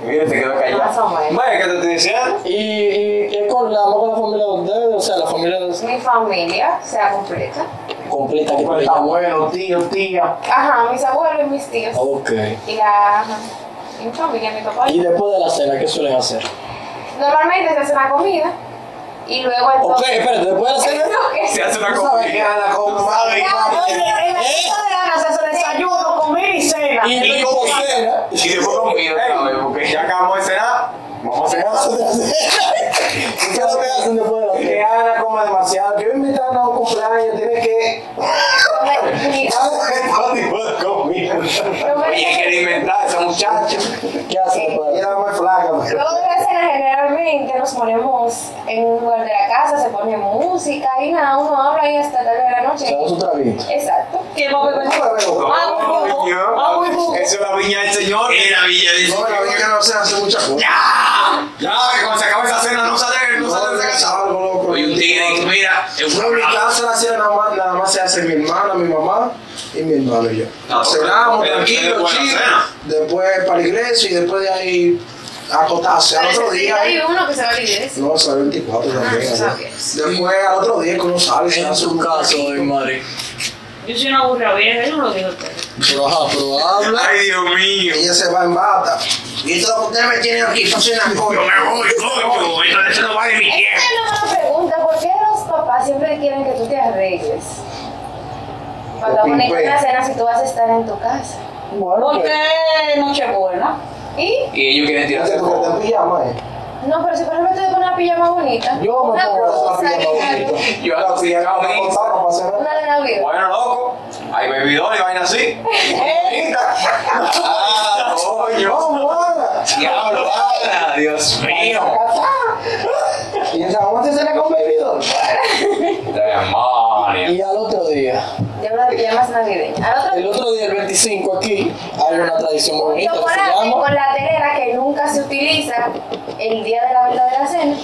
D: Y mira, te quedó
F: Más o
D: callado.
F: menos.
D: Vaya, ¿qué te estoy diciendo?
A: ¿Y, y es con la, más con la familia de ustedes? O sea, la familia de-
E: Mi familia sea completa.
A: completa que
B: Pues
A: te
B: está
A: llamo.
B: bueno, tío, tía.
E: Ajá, mis abuelos y mis tíos.
A: Ok.
E: Y la. ajá, y mi familia, mi papá.
A: Oh. ¿Y después de la cena qué suelen hacer?
E: Normalmente se hace una comida. Y luego
A: Ok,
E: entonces.
A: espérate, después de la cena...
E: No, que-
D: Se hace una
B: Tú sabes que
D: comida.
B: Ana como madre.
F: Oye, en
A: ¿Eh?
F: la cena de Ana se hace desayuno, comida y cena.
A: Y, y como cena...
C: Y después conmigo, ¿sabes? Porque
D: Ya
C: ya.
D: acabamos de cenar. Vamos a cenar.
A: ¿Qué es lo que hacen después de la
B: Que
A: cena?
B: Ana coma demasiado. Yo invitarla a un cumpleaños, tienes que.
E: Mi-
B: Todo tipo de comida.
E: Yo me-
C: Oye, hay que alimentar a esa muchacha.
A: ¿Qué hacen después de la cena?
B: Y era muy flaca, pues. pero.
E: Luego de la cena generalmente nos ponemos en un lugar de la casa, se pone música y nada, uno habla ahí hasta tarde de la
A: Se dan
E: noche.
A: su traguito.
E: Exacto.
F: Que no me
D: Eso es la viña del señor. Y la viña del
B: No, la vida no se hace muchas cosas.
D: ¡Ya! Ya, que cuando se acaba esa cena no sale, no sale de esa casa.
B: Algo loco.
C: Oye, un tigre, mira, es
B: Una
C: un
B: casa la hacía nada más, nada más se hace mi hermana, mi mamá y mi hermano y yo.
D: Ah,
B: Cenamos
D: pero ustedes
B: tranquilos,
D: buena
B: chill,
D: cena.
B: después para la iglesia y después de ahí acotarse. Al otro día.
E: Hay uno que se va a la iglesia.
B: No, sale 24 también.
E: Ah,
B: ¿no?
E: ok.
B: Después al otro día que uno sale, se
A: En
B: hace
A: su
B: un
A: caso, de Mari.
F: Yo soy una burra vieja, yo no lo digo a ustedes.
A: Pero ajá, pero habla.
D: Ay, Dios mío.
B: Ella se va en bata. Y todo lo que ustedes me tienen aquí, yo soy una
C: Yo
B: coña.
C: me voy, coño. Esto, esto no vale mi
E: Esta
C: tiempo.
E: es una buena pregunta, ¿por qué los papás siempre quieren que tú te arregles? Para
B: Lo
E: poner
B: pimpé.
A: pues.
E: una cena si tú vas a estar en tu casa.
A: Bueno,
F: Porque Nochebuena.
E: ¿Y?
C: Y ellos quieren
B: Fíjate,
C: tirarse
B: porque te
C: fotos.
B: pijama, eh.
E: No, pero si por ejemplo te pones una pijama bonita.
A: Yo me
E: una
A: pongo la
E: blusa
B: pijama
E: y algo,
C: Yo a los
B: Ya no me
C: tigres,
B: contaron para hacer nada.
E: Una de Navidad.
D: Bueno, loco. Hay bebidor y vaina así.
C: Ah,
B: No,
D: coño.
B: mala.
C: Diablo, Ana, Dios mío.
B: Y en San Juan se cena con bebidor.
C: Demonios.
A: y al otro día.
E: Yo una de pijamas navideñas. Al otro
A: El otro día, el 25, aquí, hay una tradición muy bonita que se
E: chocolate
A: llama.
E: con la telera que nunca se utiliza el día de la verdadera cena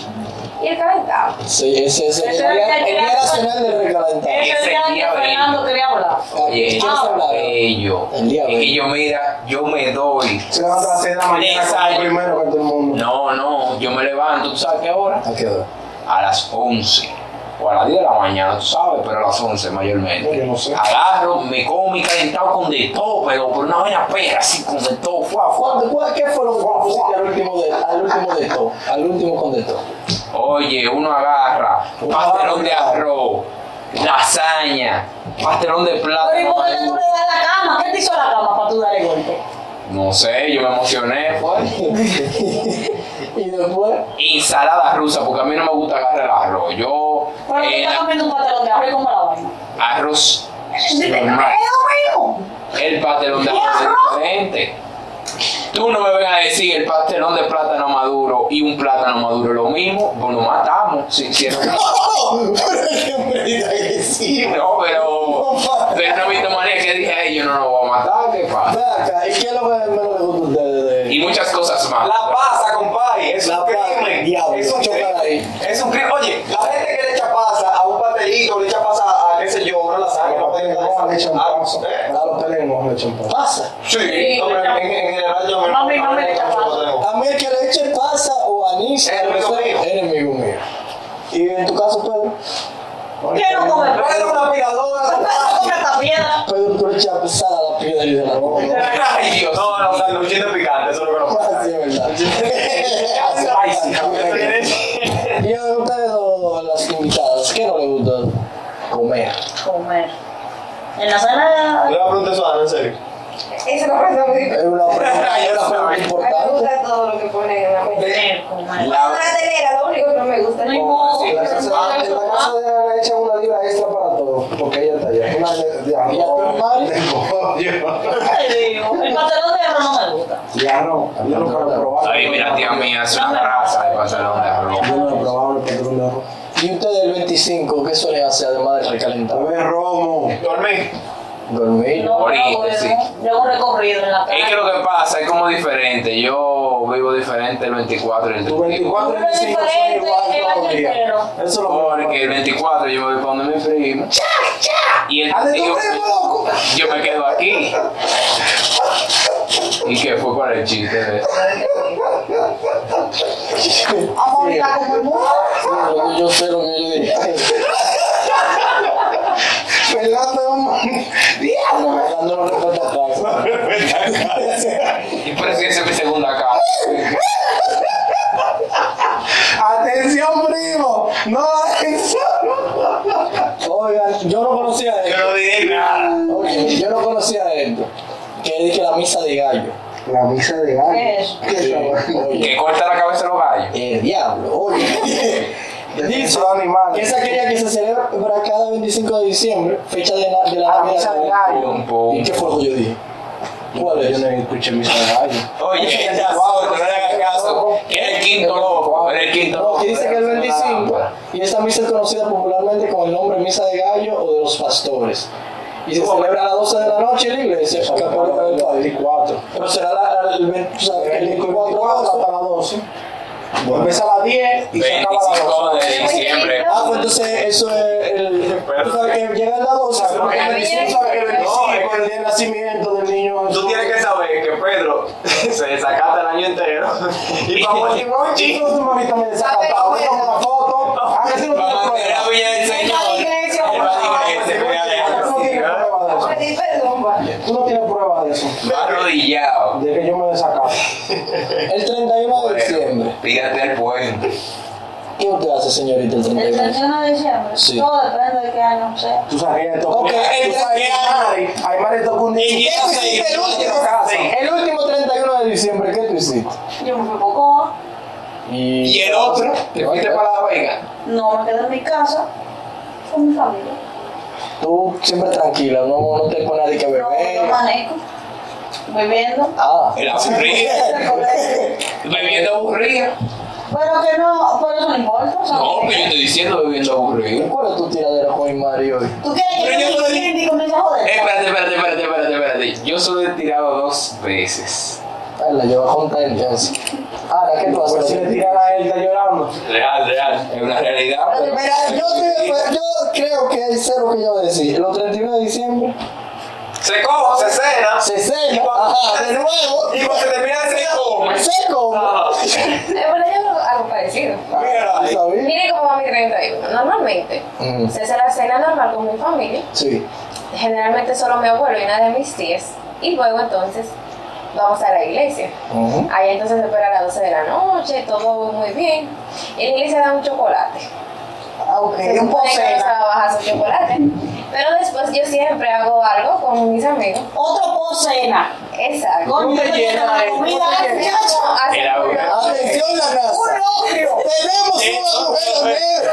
E: y el calentado.
A: Sí, ese es el
F: Ese era
A: día,
F: el
A: el
F: que
A: día
F: era-
A: nacional del recalentado.
F: Ese
C: Ese
F: día
C: día
F: que Fernando quería hablar.
A: Oye, ¿quieres
C: Ah,
A: hablar?
C: bello.
A: El día
C: Es que
A: bello.
C: yo, mira, yo me doy.
B: Se levanta a las 6 de la mañana
C: Desayuno.
B: como primero que todo el mundo.
C: No, no, yo me levanto, ¿tú sabes qué hora?
A: ¿A Ah, qué hora?
C: A las 11 o a las 10 de la mañana, tú sabes, pero a las 11 mayormente.
B: Yo no sé.
C: Agarro, me como mi calentado con de todo, pero por una buena perra así, con de todo, fuá, fuá.
A: ¿Cuándo- cuál- ¿Qué fue lo que pusiste al último de, al último de todo? Al último con de todo.
C: Oye, uno agarra pastelón de arroz, lasaña, pastelón de
F: Pero ¿y por qué tú
C: plátano.
F: le das la cama? ¿Qué te hizo la cama para tú darle golpe?
C: No sé, yo me emocioné, fue.
A: Y después,
C: Ensalada rusa, porque a mí no me gusta agarrar el arroz. Yo,
F: Pero tú
C: eh,
F: estás comiendo un patrón de arroz y como la vaina.
C: arroz normal.
F: Es lo mismo.
C: El pastelón de arroz es diferente. Tú no me vengas a decir el pastelón de plátano maduro y un plátano maduro es lo mismo, pues lo matamos. Si, si es lo mismo.
A: ¡Oh! Pero qué hombre agresivo.
C: no, pero, pero no he visto manera. es que dije, "Ey, yo no lo voy a matar, ¿qué pasa?
A: Ve acá, ¿y qué es lo que menos le gusta a ustedes? de-
C: Y muchas cosas más.
D: La pasa, compadre. Es
A: La
D: un
A: pasa,
D: crimen.
A: diablo,
D: es un
A: chócala
D: crimen.
A: ahí.
D: Es un crimen. Oye, la gente que le echa pasa a un pastelito, le echa pasa a qué sé yo, una lasaña, una
B: Los pelengos le
D: pasta,
B: echan
D: ah,
B: paso.
D: eh,
B: A los pelengos le echan paso.
A: Pasa.
C: Sí.
D: no, pero en, en general yo me
F: Mami, mami, le echa pasa.
A: A mí el que le eche pasa o anís
D: Es enemigo mío.
A: es enemigo mío. ¿Y en tu caso, Pedro?
F: ¿Qué no come?
D: Pero una aspiradora.
F: ¿Cómo come esta piedra?
A: Pedro, tú le echas pesada a la piedra y de la boca.
C: Ay, Dios.
D: No, no, o sea, luchito picante, eso es lo que nos pasa.
A: Así es verdad.
D: Spicy.
A: Y a ustedes dos, las invitadas, ¿qué no les gusta comer?
F: Comer. En la sala.
D: Yo le pregunté eso a Ana, en serio.
E: Eso no pasa muy bien.
A: Es una pregunta, es una pregunta
E: A mí me
A: importante.
E: gusta todo lo que ponen en la mesa.
F: Comer, comer.
E: La telera, lo único que no me gusta.
F: Eh, No Ah,
B: En
F: hay modo.
B: la casa de- en la casa
D: Ah.
B: de Ana echan una libra extra para todo, porque ella está allá. Una de, de
A: ¿Y a tu
B: arroz,
A: hermano?
B: de pollo.
F: Ay, Dios. ah, eh, El pastelón de arroz no me gusta.
B: De arroz, yo no puedo probar.
C: Ay, mira, tía mía, es una raza de pantalón de arroz.
B: Yo no he probado el patrón de arroz.
A: ¿Y ustedes el 25, qué suelen hacer además de recalentar?
B: Bebé romo.
D: Dormí.
A: Dormir.
F: No,
C: Ahorita,
F: no,
C: sí.
F: yo hago un recorrido en la
C: Es que
F: calle.
C: lo que pasa es como diferente. Yo vivo diferente el 24 y el
B: Tu
C: 25.
B: 24 y 25 son
F: diferente
B: igual
F: el
B: todos los
F: año
B: días.
F: entero.
B: Eso es lo
C: Porque el 24 yo me voy para donde mi primo. Y el
B: ¡Haz de tu
C: yo,
B: primo, loco!
C: yo me quedo aquí. ¿Y que fue para el chiste? de-
F: Vamos ahorita como el mundo.
A: Yo, yo sé lo que yo le dije.
B: Fernando es un man- ¡Diablo!
A: Dando los respetos a casa.
C: Y por si esa es mi segunda casa.
B: ¡Atención, primo! ¡No eso!
A: Oigan, yo no conocía
D: Yo
A: esto.
D: no dije nada.
A: Oye, yo no conocía esto. Que dije la misa de gallo.
B: La misa de gallo. ¿Qué es eso?
C: Que corta la cabeza a los gallos.
A: El diablo, oye. Dice
B: Defensor animal.
A: que es aquella que se celebra cada 25 de diciembre, fecha de la, de la
B: La
A: Navidad.
B: Ah, misa de
C: Pum,
B: gallo.
A: ¿Y
C: pum.
A: qué fue lo que yo dije? ¿Cuál
B: Yo
A: es?
B: no escuché misa de gallo.
C: Oye, esta guau, no le hagas caso. Era el quinto loco. Era el quinto
A: No,
C: loco.
A: que dice que el 25, y esta misa es conocida popularmente con el nombre Misa de Gallo o de los Pastores. Y se celebra a las 12 de la noche en la iglesia, acá por acá del país.
B: 24.
A: Pero será la- la- el 20 o sea, el
B: 24
A: 24
B: hasta las 12. Empieza a las 10 y se acaba a las 12.
C: 25 de diciembre.
A: Ah, pues entonces eso es el. Tú sabes que llega el lado, o sea,
B: Porque el
A: el 25
B: 25 sabe que el 25
D: No, es
B: es el día de nacimiento del niño.
D: Tú tienes que saber que Pedro se desacata el año entero. Y para motivar un
B: Chicos, tu
D: chico.
B: mamita me desacató.
E: Ah,
B: Voy a tomar una foto. Ah, eso no tiene
C: Vamos a
B: prueba.
C: la Villa del Señor. Él va a la iglesia, voy a
B: Tú no tienes
C: la
B: prueba de eso.
E: Pedí perdón, va.
B: Tú no tienes prueba de eso.
C: iglesia. Va Arrodillado.
B: De que yo me desacato.
A: el 31 de diciembre.
C: Bueno, Pírate el puente.
A: ¿Qué usted hace, señorita, el
F: El
A: 31?
F: 31 de diciembre.
A: Sí.
F: Todo depende de qué año sea.
B: Tú sabes que le tocó.
A: Ok, el
B: Tú sabes que a Mari- a Mari le tocó un día.
C: ¿Y quién se hizo?
B: El último caso.
A: El último 31 de diciembre, ¿qué tú hiciste?
F: Yo me fui a Cocoa,
C: Y el otro, te fuiste para la vega.
F: no me quedé en mi casa con mi familia.
A: Tú siempre tranquila, no, no te pones a que
F: No, yo
A: beber.
F: manejo, bebiendo.
A: Ah,
C: El aburrido. Bebiendo aburrido.
F: Pero que no, pero eso no importa. o sea,
C: No, pero yo estoy diciendo bebiendo aburrido. Eh,
A: ¿cuál es tu tiradera con Imari hoy?
F: ¿Tú quieres que
C: Pero yo no
F: yo me
C: le-
F: siente y comience a joder?
C: Eh, Espérate, espérate, espérate, espérate, espérate. Yo solo he tirado dos veces.
A: Ah, la lleva junta entonces. Ahora, ¿qué tú
B: Pues
A: haces?
B: si le tiran a él, está llorando.
C: Real, real. Es una realidad. pero-
A: Mira, yo, te- pues, yo creo que sé lo que yo voy a decir. Los 31 de diciembre
D: Se cojo, se cena.
A: se cena, ajá, de nuevo,
D: Y cuando se termina de se come.
A: se come.
E: Eh, Bueno, yo hago algo parecido.
A: Ah, ¿tú sabías?
E: Mire cómo va mi 31. Normalmente,
A: Mm.
E: se hace la cena normal con mi familia.
A: Sí.
E: Generalmente solo mi abuelo y una de mis tías. Y luego entonces vamos a la iglesia.
A: Ujú.
E: Ahí entonces se espera a las 12 de la noche, todo muy bien. Y en la iglesia dan un chocolate.
F: Okay,
E: Se
F: un
E: supone que no se
F: posena.
E: va a bajar su chocolate. Pero después yo siempre hago algo con mis amigos.
F: Otro posena.
E: Exacto.
F: Con
B: te llena
F: la
B: de-
F: comida.
B: ¿Cómo te llena?
E: Hacen
C: Era
E: una-
C: bueno.
A: Atención, la raza.
F: locrio.
A: Tenemos una mujer negra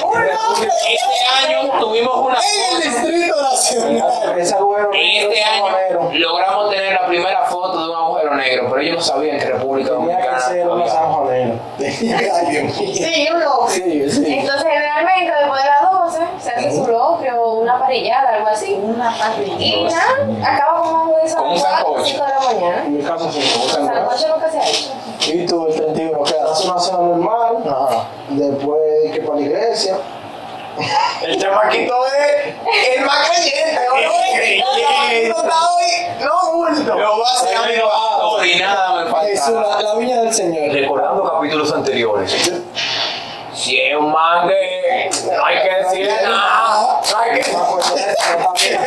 F: Un locrio.
C: Este año tuvimos una
A: en el Distrito Nacional. nacional.
B: Ese agujero negro
C: Este
B: es un
C: año
B: agujero.
C: logramos tener la primera foto de un agujero negro, pero ellos no sabían que República
B: Tenía que
C: Dominicana
B: ser un
C: había.
B: sanjonero.
A: Ay, Dios mío.
F: Sí, un loco.
A: Sí, sí.
E: Entonces, generalmente después de las 12 se hace su locrio o una parrillada, algo así.
F: Una parrilla.
E: Y nada, acaba con un beso
C: Con un
E: a las
C: sancocho.
E: 5 de la mañana.
B: En mi caso sí.
E: O sea, sancocho nunca se ha hecho.
A: Y tú, el 31, ¿qué
B: Hace
A: haces?
B: una cena normal,
A: Ajá.
B: después que para la iglesia.
A: El chamaquito es el más creyente. El chamaquito está hoy, no bulto.
C: Lo va a hacer a mi pastor y nada me falta.
A: Es una, la viña del Señor.
D: Recordando capítulos anteriores. Si es un man que no hay que decirle nada. No hay que...
B: Ah, pues, eso también.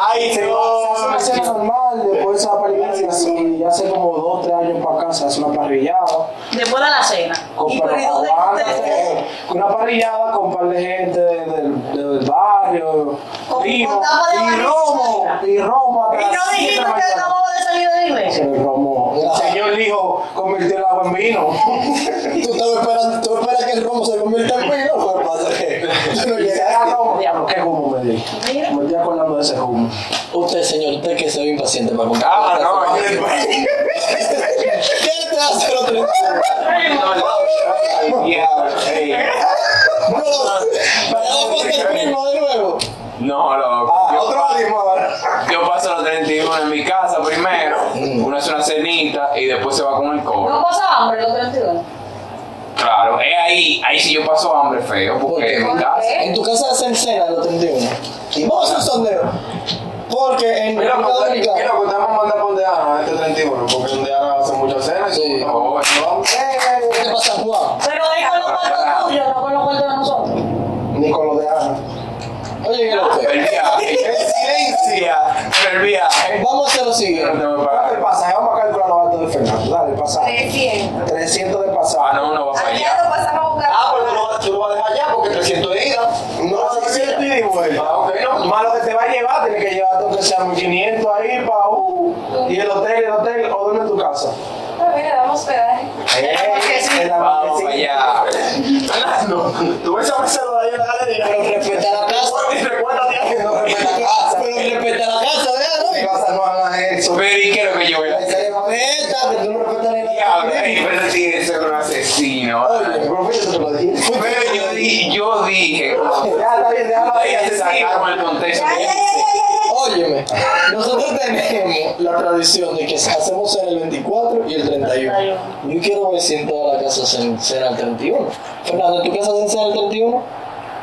D: Ay,
B: hace una
D: Dios.
B: cena normal, después se va para la iglesia y ya hace como dos, tres años para acá se hace una parrillada.
F: Después de la cena.
B: con
F: ¿Y
B: par-
F: pero ¿y dónde
B: aguanta,
F: ustedes-
B: con una parrillada con un par de gente de- del, del barrio,
F: Con-
B: primo,
F: con tapa de
B: y
F: barrio.
B: romo, y romo
F: ¿Y no
B: atrás,
F: dijiste
B: siempre
F: que
B: aguantando.
F: acababa de salir de la iglesia?
B: El romo, el señor dijo, convirtió el agua en vino.
A: Tú estabas esperando, tú esperas que el romo se convierta en vino, pues pasa que tú no
B: y se
A: llegaste.
B: da romo, diablo, qué humo me di.
F: Mira.
B: Me estoy acordando de ese humo.
A: Usted, señor, usted que se ve impaciente para comprar.
C: Ah, no, yo-
A: ¿Qué te hace los 31?
C: Diablo, sí.
A: No, para el primo de nuevo.
C: No, loco.
B: Ah,
C: Yo
B: otro
C: pa-
B: primo ahora.
C: Yo paso los 31 en mi casa primero. Uno hace una cenita y después se va con el coro.
F: No pasa hambre los 31.
C: Claro, es ahí, ahí sí yo paso hambre feo,
A: ¿Por
C: porque
A: qué?
C: en mi casa.
A: En tu casa hacen cena los 31. Y vamos a hacer un sondeo. Porque en
B: Mira,
A: República
B: pues, mira,
A: Dominicana.
B: pues, te vamos a mandar por donde Ana, este 31, porque donde Ana hace muchas cenas.
A: Sí.
B: y como estamos
A: ¿Qué te pasa, Juan?
F: Pero es con los cuartos tuyos, no con los cuartos de nosotros.
B: jugando, Ni con lo de Ana.
A: Oye, ¿qué lo
C: El viaje. El silencio. El viaje.
A: Vamos a hacer lo
C: Yo no
A: siguiente.
C: tengo que
B: ¿Cuánto
C: pagar.
B: el pasaje? Vamos a calcular los gastos de Fernando. Dale, el pasaje.
E: 300.
B: 300 de
C: Ah,
B: pasaje.
C: no, no va para allá.
E: Allá lo pasamos a buscar.
B: Ah, pero tú lo, vas- tú lo vas a dejar allá porque 300 de ida. No, 300 ida y vuelta. Ah, ok, no. Más lo que te va a llevar, tienes que llevarte aunque sea 1500 ahí para. Uh, y el hotel, el hotel, o duerme en tu casa.
E: Ah, mira, damos hospedaje.
B: Eh, en la
C: Vamos para
B: marquesina.
C: allá.
B: Fernando, tú ves a Marcelo de ahí en la galería.
A: Pero respeta la casa.
B: Y recuérdate a que no respeta la casa.
A: Pero respeta la casa de
B: Mi
A: Ana.
B: casa no haga eso.
C: Pero ¿y qué es lo que yo voy a hacer?
A: Respeta, que tú no respetas ni la
C: Diablo,
A: casa.
C: ey, pero si eso es un asesino.
B: El profeta te lo dije.
C: Pero yo, di- yo dije.
B: Ya está bien, déjalo ahí,
C: Ahí se
B: asesino.
C: sacaron el contexto. este.
A: Óyeme, nosotros tenemos la tradición de que hacemos cena el 24 y el 31. Yo quiero ver si en toda la casa hacen cena el 31. Fernando, ¿en tu casa hacen cena el 31?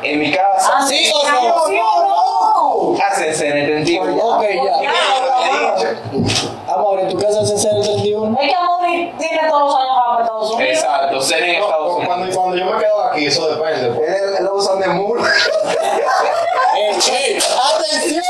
C: En mi casa.
F: Ah,
A: ¿Sí o no?
F: ¿Sí o
C: Hacen cena el 31.
A: Ok, ya.
C: Ya, ya, ya.
A: Amor, ¿en tu casa hacen cena el 31?
F: no? Es que Amaury tiene todos los años acá para Estados Unidos.
C: Exacto, cena en Estados Unidos.
B: Cuando yo me quedo aquí, eso depende. pues. Él él lo usan de muro.
A: ¡Ey, ey! ¡Atención!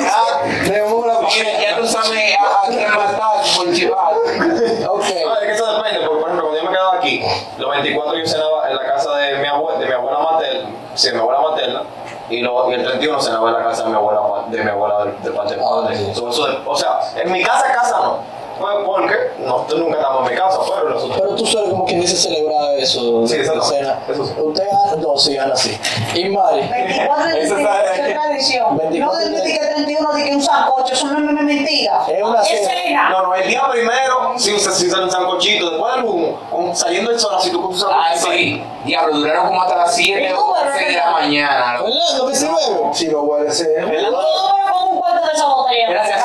C: Ah,
B: De muro.
C: Mira, ya tú sabes a, a quién matar por chivar.
A: Ok.
D: No, es que eso depende, porque por ejemplo, cuando yo me quedaba aquí, los 24 yo cenaba en la casa de mi abuela, de mi abuela materna, sí, de mi abuela materna, y, lo- y el 31 cenaba en la casa de mi abuela, pa- de mi abuela del, del parte de mi
C: Ah,
D: padre. So, eso de- o sea, en mi casa, casa no. Pues, porque no, tú nunca estamos en mi casa, pero nosotros.
A: Pero tú sabes como quien dice celebrar eso.
D: Sí,
A: la
D: eso no,
A: cena.
D: eso sí.
A: Usted gana, no, sí, gana sí. Y Mari,
F: 24 de
C: Eso
F: diciembre,
C: está-
F: eso es tradición.
A: 24
F: No, de que 31 de que un sancocho, eso no es no es mentira.
A: Es una cena.
D: No, no, el día primero, sin, sin, sin sancochito, después del humo, con- saliendo el sol, así tú con tu sancochito.
C: Ah, sí. Diablo, duraron como hasta las 7 o 6 de la mañana. loco.
A: Fernando, ¿qué se bebe?
B: Si lo huele, sí.
F: Yo me con un cuarto de esa botella.
C: Gracias,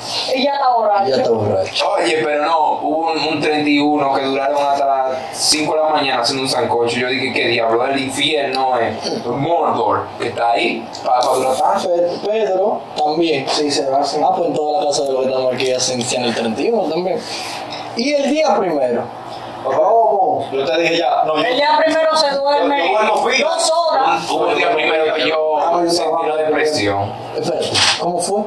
F: sí. Y ya está borracho.
A: Ya está borracho.
C: Oye, pero no, hubo un, un 31 que duraron hasta las 5 de la mañana haciendo un sancocho. Yo dije, ¿qué diablo? El infierno es Mordor, que está ahí para, para durar tanto.
A: Ah, Fe- Pedro también.
B: Sí, se va sí.
A: Ah, pues en toda la casa de los que estamos aquí hacen cena el 31 también. Y el día primero.
B: ¿Cómo?
D: Yo te dije ya, no, yo-
F: El día primero se duerme
D: Yo- yo duermo fino.
F: dos horas.
C: Hubo un día primero que yo sentí la depresión.
A: Espérate, ¿cómo fue?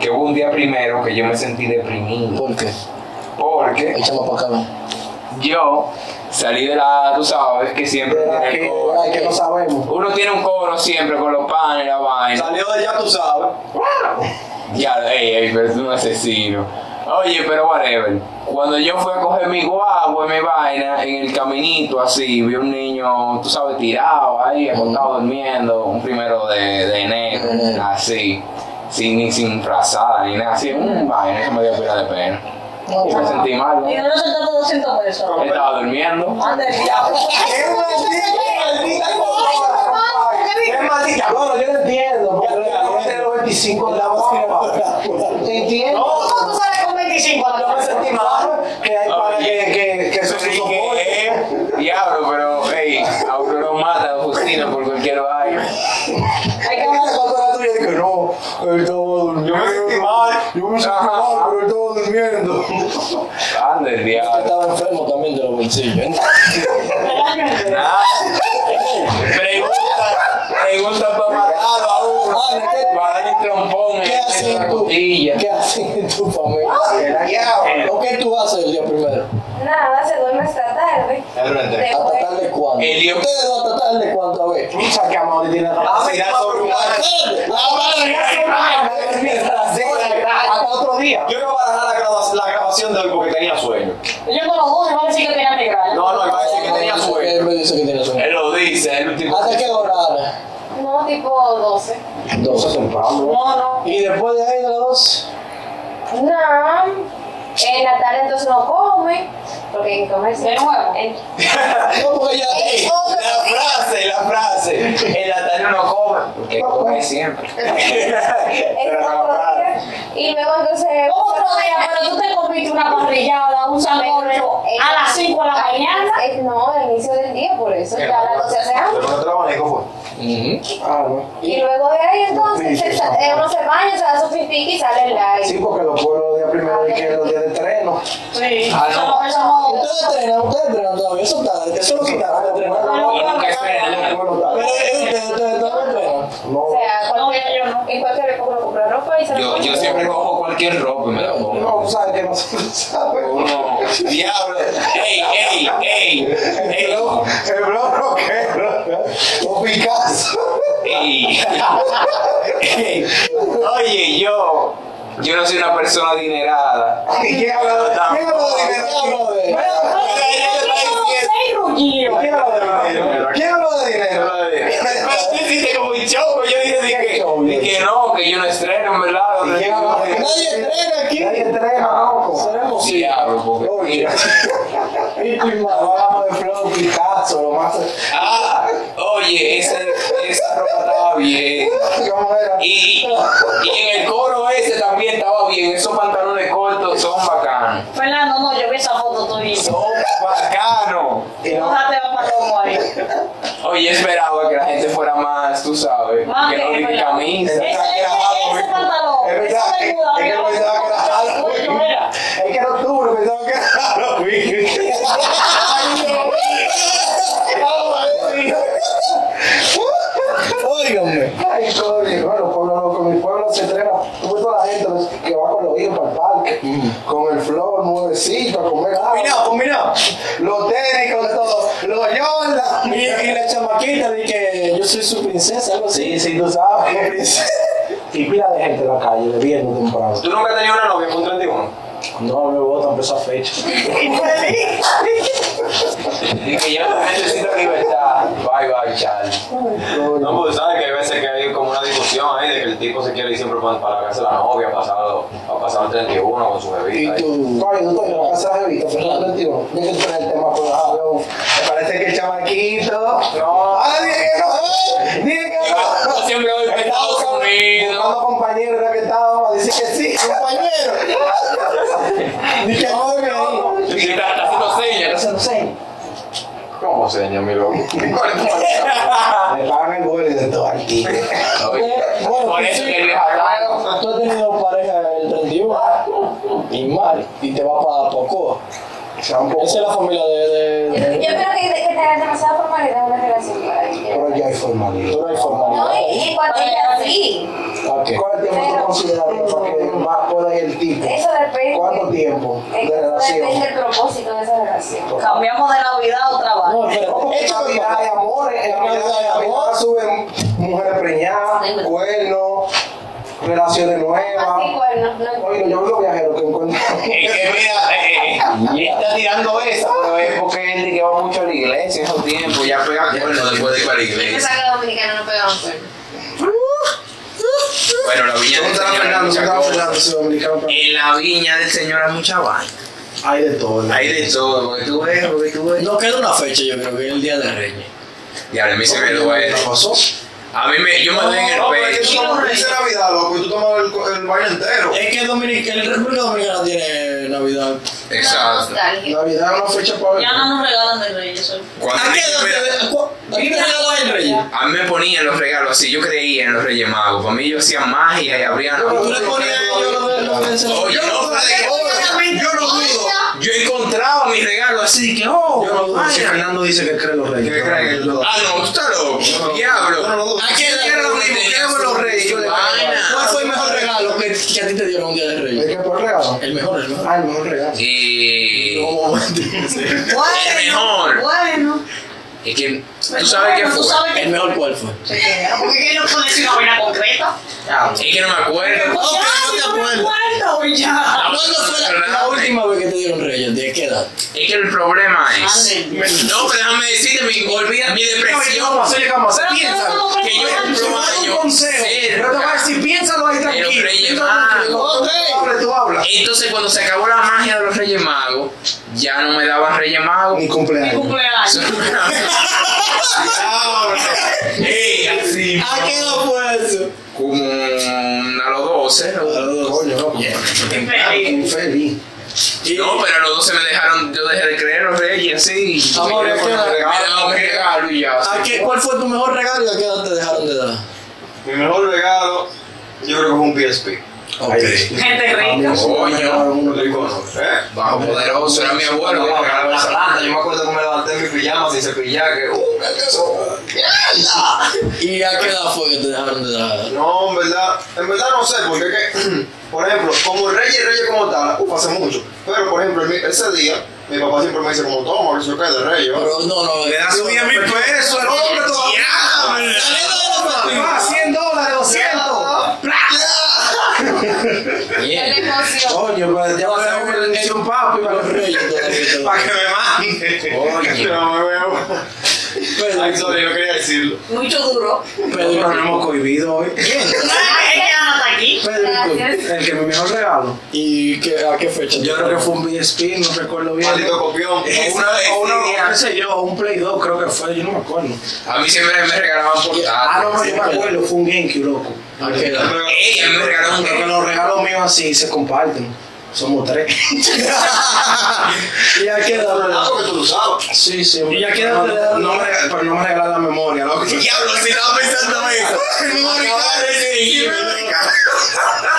C: Que hubo un día primero que yo me sentí deprimido.
A: ¿Por qué?
C: Porque
A: Échame para acá, ven.
C: yo salí de la, tú sabes que siempre
B: De la
C: tiene
B: que,
C: el
B: de
C: coro.
B: la que no sabemos.
C: uno tiene un coro siempre con los panes, la vaina.
D: salió de allá, tú sabes.
C: Ya, ey, ey, pero es un asesino. Oye, pero whatever. Cuando yo fui a coger mi guagua, mi vaina, en el caminito así, vi un niño, tú sabes, tirado ahí, acostado durmiendo, un primero de, de enero.
A: Carnero.
C: Así, sin, ni sin frazada ni nada, así, un vaina, eso me dio pila de pena.
A: No,
C: Yo me
A: bueno.
C: sentí mal, ¿no?
F: Y no nos soltaste 200 pesos.
C: Estaba durmiendo.
F: Anda el diablo.
B: ¡Qué maldita, qué maldita cosa! ¡Qué maldita! Bueno, yo lo entiendo, porque la gente de los 25 en la guapa. ¿Te entiendes?
F: ¿Cómo tú sales con 25 a la
B: Yo me
F: casa?
B: sentí mal que hay para que, que, que eso se
C: Así Ah, que,
B: soporte.
C: eh, diablo, pero, hey, Aurora mata a Agustina por cualquier vaina.
F: Hay que
B: ¿Qué
F: hablar.
B: pasa con toda la tuya? Dije, no, él estaba durmiendo.
D: Yo me sentí mal.
B: Yo me sentí mal, pero él estaba durmiendo.
C: Anda el diablo.
A: Estaba enfermo también de los bolsillos.
C: Nada. Pregunta, pregunta para matarlo a uno.
A: Ana, ¿qué-
C: Para darle trompón
A: ¿Qué
C: en
A: haces
C: en la
A: tú?
C: costilla.
A: ¿Qué haces en tu familia? ¿O qué tú haces el día primero?
E: Nada, se duerme hasta tarde.
A: ¿Hasta tarde cuándo?
C: El día-
A: ¿Ustedes dos hasta tarde cuándo? A ver.
B: Mucha que amable tiene la
D: Ah,
B: capacidad
C: Ah,
B: sobrehumana.
A: ¡Tarde! ¡La madre!
B: Hasta otro día.
D: Yo iba a barajar la, grava- la grabación de hoy porque tenía sueño.
F: Yo con los dos, me va a decir que tenía migraña.
D: No, no, él va a decir que tenía sueño.
A: Él me dice que tiene sueño.
C: Él lo dice, él tipo.
A: ¿Hasta qué hora, Ana?
E: No, tipo 12.
A: Dos.
F: No, no.
A: ¿Y después de ahí de las dos?
E: No, en la tarde entonces no come, porque hay que comerse.
F: ¿De nuevo?
E: En-
A: No, porque ya...
E: en otro día.
D: frase, la frase.
C: En la tarde uno come. Que come siempre.
E: en otro día. Y luego entonces...
F: ¿Cómo otro día? Pero tú te comiste una parrillada, un sancocho a las 5 de la mañana.
E: Eh, no, al inicio del día, por eso ya la noche hace
D: Pero
E: hambre.
D: no te lo pues. manejo fue.
B: Ah, no.
E: Y luego de ahí entonces se sa- eh, uno se baña, se da su pipiqui y sale el
B: Sí,
E: aire.
B: porque los pueblos de primero y que los días de estreno.
F: Sí.
C: Ah, no.
F: Eso no.
A: Ustedes entrenan, ustedes entrenan todavía. Eso está... Eso lo quitaron de entrenar.
F: No,
C: Yo nunca
F: no,
C: esperé
F: no.
C: nada.
B: Bueno,
A: Pero
B: tal.
A: eh, ustedes, ustedes todavía entrenan.
B: No.
E: O sea,
F: No,
E: cualquier,
F: ya yo no.
E: en cualquier época uno compra ropa y se la
C: Yo,
E: pone.
C: yo siempre cojo cualquier ropa y me la
B: No,
C: pongo.
B: tú sabes que no se sabe.
C: Uno, diablo. ¡Ey, ey, ey! ¡Ey!
B: El blog rockero. O Picasso.
C: ¡Ey! ¡Ey! Oye, yo. Yo no soy una persona adinerada.
B: ¿Y quién habla de ¿Quién habla de dinero?
A: Diablo, eh.
B: ¿Quién habla de dinero? ¿Quién habla de dinero?
C: Pero tú hiciste como un show, yo dije de
B: ¿Qué
C: que,
B: show,
C: de
B: Dios?
C: que no, que yo no estreno, en
B: ¿Y quién
C: verdad.
B: habla de dinero?
A: Nadie entrena aquí.
B: Nadie entrena, loco.
A: Seremos sí.
C: Diablo, porque-
B: Y tu madre, hablamos de Flow Picasso, lo más.
C: Ah, oye, esa, esa ropa estaba bien.
B: ¿Cómo era?
C: Y, y- y en el coro ese también estaba bien. Esos pantalones cortos son bacanos.
F: Fernando, no, yo vi esa foto tuya.
C: Son bacanos.
B: Y
F: No
B: no.
F: date la paloma ahí.
C: Oye, esperaba que la gente fuera más, tú sabes,
F: Más
C: que no
F: que-
C: tiene camisa.
F: Ese, ese, ese pantalón,
B: Es
F: esa
B: verdad, es es
F: bermuda,
B: que
F: mira,
B: pensaba que era
F: bueno,
B: Halloween.
F: era.
B: Es que era octubre, pensaba que era Halloween.
A: Óigame.
B: Ay, coño, bueno, pueblo loco, mi pueblo se entrena. Tuve toda la gente que va con los hijos para el parque, con el flow nuevecito, a comer agua.
A: Combinado, combinado.
B: Los tenis con todo, los Jordan.
A: Y, y la chamaquita de que yo soy su princesa, algo así.
B: Sí, sí, tú sabes. Y pila de gente en la calle, bebiendo temprano.
D: ¿Tú nunca has tenido una novia con 31?
B: No me votan por esa fecha.
C: Dije, yo necesito libertad. Bye, bye, Charles.
D: No, pues sabes que hay veces que hay como una discusión ahí de que el tipo se quiere ir siempre para, para la casa de la novia, pasado, a pasar el 31 con su bebita.
A: Y
D: ahí.
A: tú.
B: Coño, tú todavía no pasas de vista, Fernando, tío. Yo que traer el tema por la Me parece que el chamaquito. No. ¡Ah, dije que no! ¡Dije que no!
C: Yo siempre voy para Estados Unidos.
B: Buscando compañeros era que estaba para decir que sí.
A: Compañero. Ni que no me ahí.
C: Y está está haciendo señas.
A: No sé.
D: ¿Cómo seña, mi loco?
B: Me pagan el vuelo y de todo aquí.
C: Oye,
A: Bueno, tú
C: Por eso
A: Oh, sí.
C: que les hablamos.
A: Tú has tenido pareja el 31 y mal, y te vas para Pocoa.
B: Tampoco.
A: Esa es la familia de. de,
E: Yo
A: de-
E: creo que, que tener demasiada formalidad en una relación para que-
B: Pero ya hay formalidad.
A: Pero hay formalidad.
E: No, y, y cuando ella sí,
A: Ok.
B: ¿Cuánto tiempo tú consideras para que más pueda ir el tipo?
E: eso depende.
B: ¿Cuánto tiempo de
E: Eso
B: relación?
E: depende del propósito de esa relación.
F: Cambiamos de Navidad a
A: No,
F: trabajo.
B: No,
A: espérate.
B: porque
A: Échame
B: en Navidad
A: para
B: hay
A: acá.
B: amores,
A: En
B: en Navidad
A: Navidad hay
B: hay
A: amor.
B: amor, suben mujeres preñadas, cuernos, relaciones
E: Así,
B: nuevas.
E: cuernos, no
B: Oye, yo veo viajeros que encuentran.
C: Es que mira, eh, eh, está tirando esa, pero es porque él que va mucho a la iglesia en esos pues. tiempos, ya pega cuernos después de ir a la
E: Yo
C: iglesia.
E: pensaba que los dominicanos no pegaban cuernos.
C: Pero la viña
B: ¿Cómo
C: del
B: estaba
C: Señor hay
B: Fernando?
C: mucha
B: ¿Cómo estaba
C: cosa.
B: Fernando? Ese dominicano.
C: En la viña del Señor hay mucha vaina.
B: Hay de todo.
C: Hay de todo, porque tú ves, porque tú ves.
A: No queda una fecha, yo creo que es el día de Reyes.
C: Y a mí se me
B: ¿Qué
C: duele.
B: pasó?
C: A mí me, yo me doy en el
B: No, pero es que tú
C: pecho.
B: tomas dice Navidad, loco, y tú tomas el, el baile entero.
A: Es que Dominic, el República Dominicana tiene Navidad.
C: Exacto.
G: nostalgia.
B: Navidad es una fecha para
G: Ya no nos regalan de Reyes hoy.
C: Cuando
A: ¿A qué
C: yo me-
A: dónde? cu- ¿A qué te regalas el Reyes?
C: A mí me ponían los regalos así, yo creía en los Reyes Magos. Para mí yo hacía magia y abría la
A: ¿Tú le ponías a ellos lo de los de
C: Oye, no, Freddy,
B: Yo no dudo.
C: Yo encontraba mis regalos así que, oh,
B: Yo no dudo. Si
C: vaya.
B: Fernando dice que cree en los reyes.
C: Que creen en
B: los
C: Ah, no, tú estás loco, diablo.
B: Yo no lo dudo.
A: ¿A qué edad
C: Yo no lo
A: tú
C: dudo,
A: tenías
C: yo no lo
A: tu-
C: reyes,
A: tu
C: yo le-
A: vaina? ¿Cuál fue el mejor regalo que, que a ti te dieron un día de
B: ¿Es
A: Reyes?
B: que por regalo?
A: El mejor, el mejor.
B: Ah, el mejor regalo.
C: Y
A: ¿El
C: el mejor.
G: Bueno.
C: Es que tú sabes qué
G: Bueno, tú
C: fue.
G: sabes que
A: mejor cuál fue?
G: ¿Por qué no pones una vaina concreta?
B: pues.
C: Es que no me acuerdo.
A: Ok, no te acuerdas.
G: Bueno, ya.
A: ¿Cuándo fue la, la última vez que te dieron Reyes? ¿De qué edad?
C: Es que el problema es.
G: Madre mía.
C: No, pero déjame decirte, mi, mi depresión.
B: Vamos, oye, vamos,
G: Pero
B: piensa.
G: no somos
C: Que yo
G: personas.
C: entro
B: Te doy
C: año
B: un consejo. Yo te voy a decir, piénsalo ahí
C: de los
B: tranquilo.
C: Reyes
B: Tú
C: Magos.
B: hablas, tú hablas.
C: Entonces, cuando se acabó la magia de los Reyes Magos, ya no me daban Reyes Magos.
B: Mi
G: Mi
B: cumpleaños.
G: cumpleaños.
C: Ey, así.
A: ¿A qué edad fue eso?
C: Como a los 12. ¿no?
B: Coño, loco.
G: Qué feliz.
B: Feliz.
C: No, pero a los 12 me dejaron, yo dejé de creer los Reyes, sí.
A: Amor,
C: me
A: ¿a qué edad?
C: daban un regalo y ya.
A: ¿A
C: sí.
A: qué, ¿Cuál fue tu mejor regalo y a qué edad te dejaron de dar?
D: Mi mejor regalo, yo creo que fue un PSP.
A: Ok.
G: Gente rica.
C: Coño.
D: Un icono. ¿Eh?
C: Bajo poderoso, era mi abuelo que
D: Bueno,
C: me
D: la,
C: regalaba esa
D: planta, yo
C: planta.
D: me acuerdo que me levanté en mi pijama sin cepillar, que, uh, ¿qué es eso? ¡Mierda!
A: ¿Y a qué edad fue que te dejaron de dar?
D: No, en verdad, en verdad no sé, porque es que, por ejemplo, como Reyes, Reyes como tal, uf, hace mucho. Pero, por ejemplo, mi- ese día, mi papá siempre me dice como, toma, Mauricio, que es de Reyes. ¿verdad?"
A: Pero no, no. Le
B: das un día mil pesos, el hombre todavía. Ah, 100 dólares, 200.
G: La emoción.
B: Coño, pero ya va a ser un- es un papi para
A: Los
B: los reyes.
A: Reyes todavía. te dan.
B: Para que me mande.
C: Oye.
D: No, me veo. Ay,
A: Pedro,
D: sorry, no quería decirlo.
G: Mucho duro.
B: Pero no
A: Pedro,
B: hemos cohibido hoy.
A: Pedro, y tú.
B: El que mi mejor regalo.
A: ¿y qué, a qué fecha?
B: Yo creo que fue un BSP, no recuerdo bien.
D: Maldito copión.
B: O una, o una, o qué sé yo, un Play 2 creo que fue, yo no me acuerdo.
C: A mí siempre me regalaban
B: Ah, no, no,
C: portátiles.
B: yo me acuerdo, fue un GameCube, loco.
A: ¿A qué edad?
C: Ey, a mí me regalaron un
B: Creo que los regalos míos así se comparten. Somos tres.
A: ¿Y a qué
D: Ah,
A: edad?
D: porque tú lo sabes.
B: Sí, sí.
A: ¿Y ya qué edad
B: no,
A: te da?
B: no me regal- Pero no me regalan la memoria, loco.
C: Diablo, si estaba pensando eso.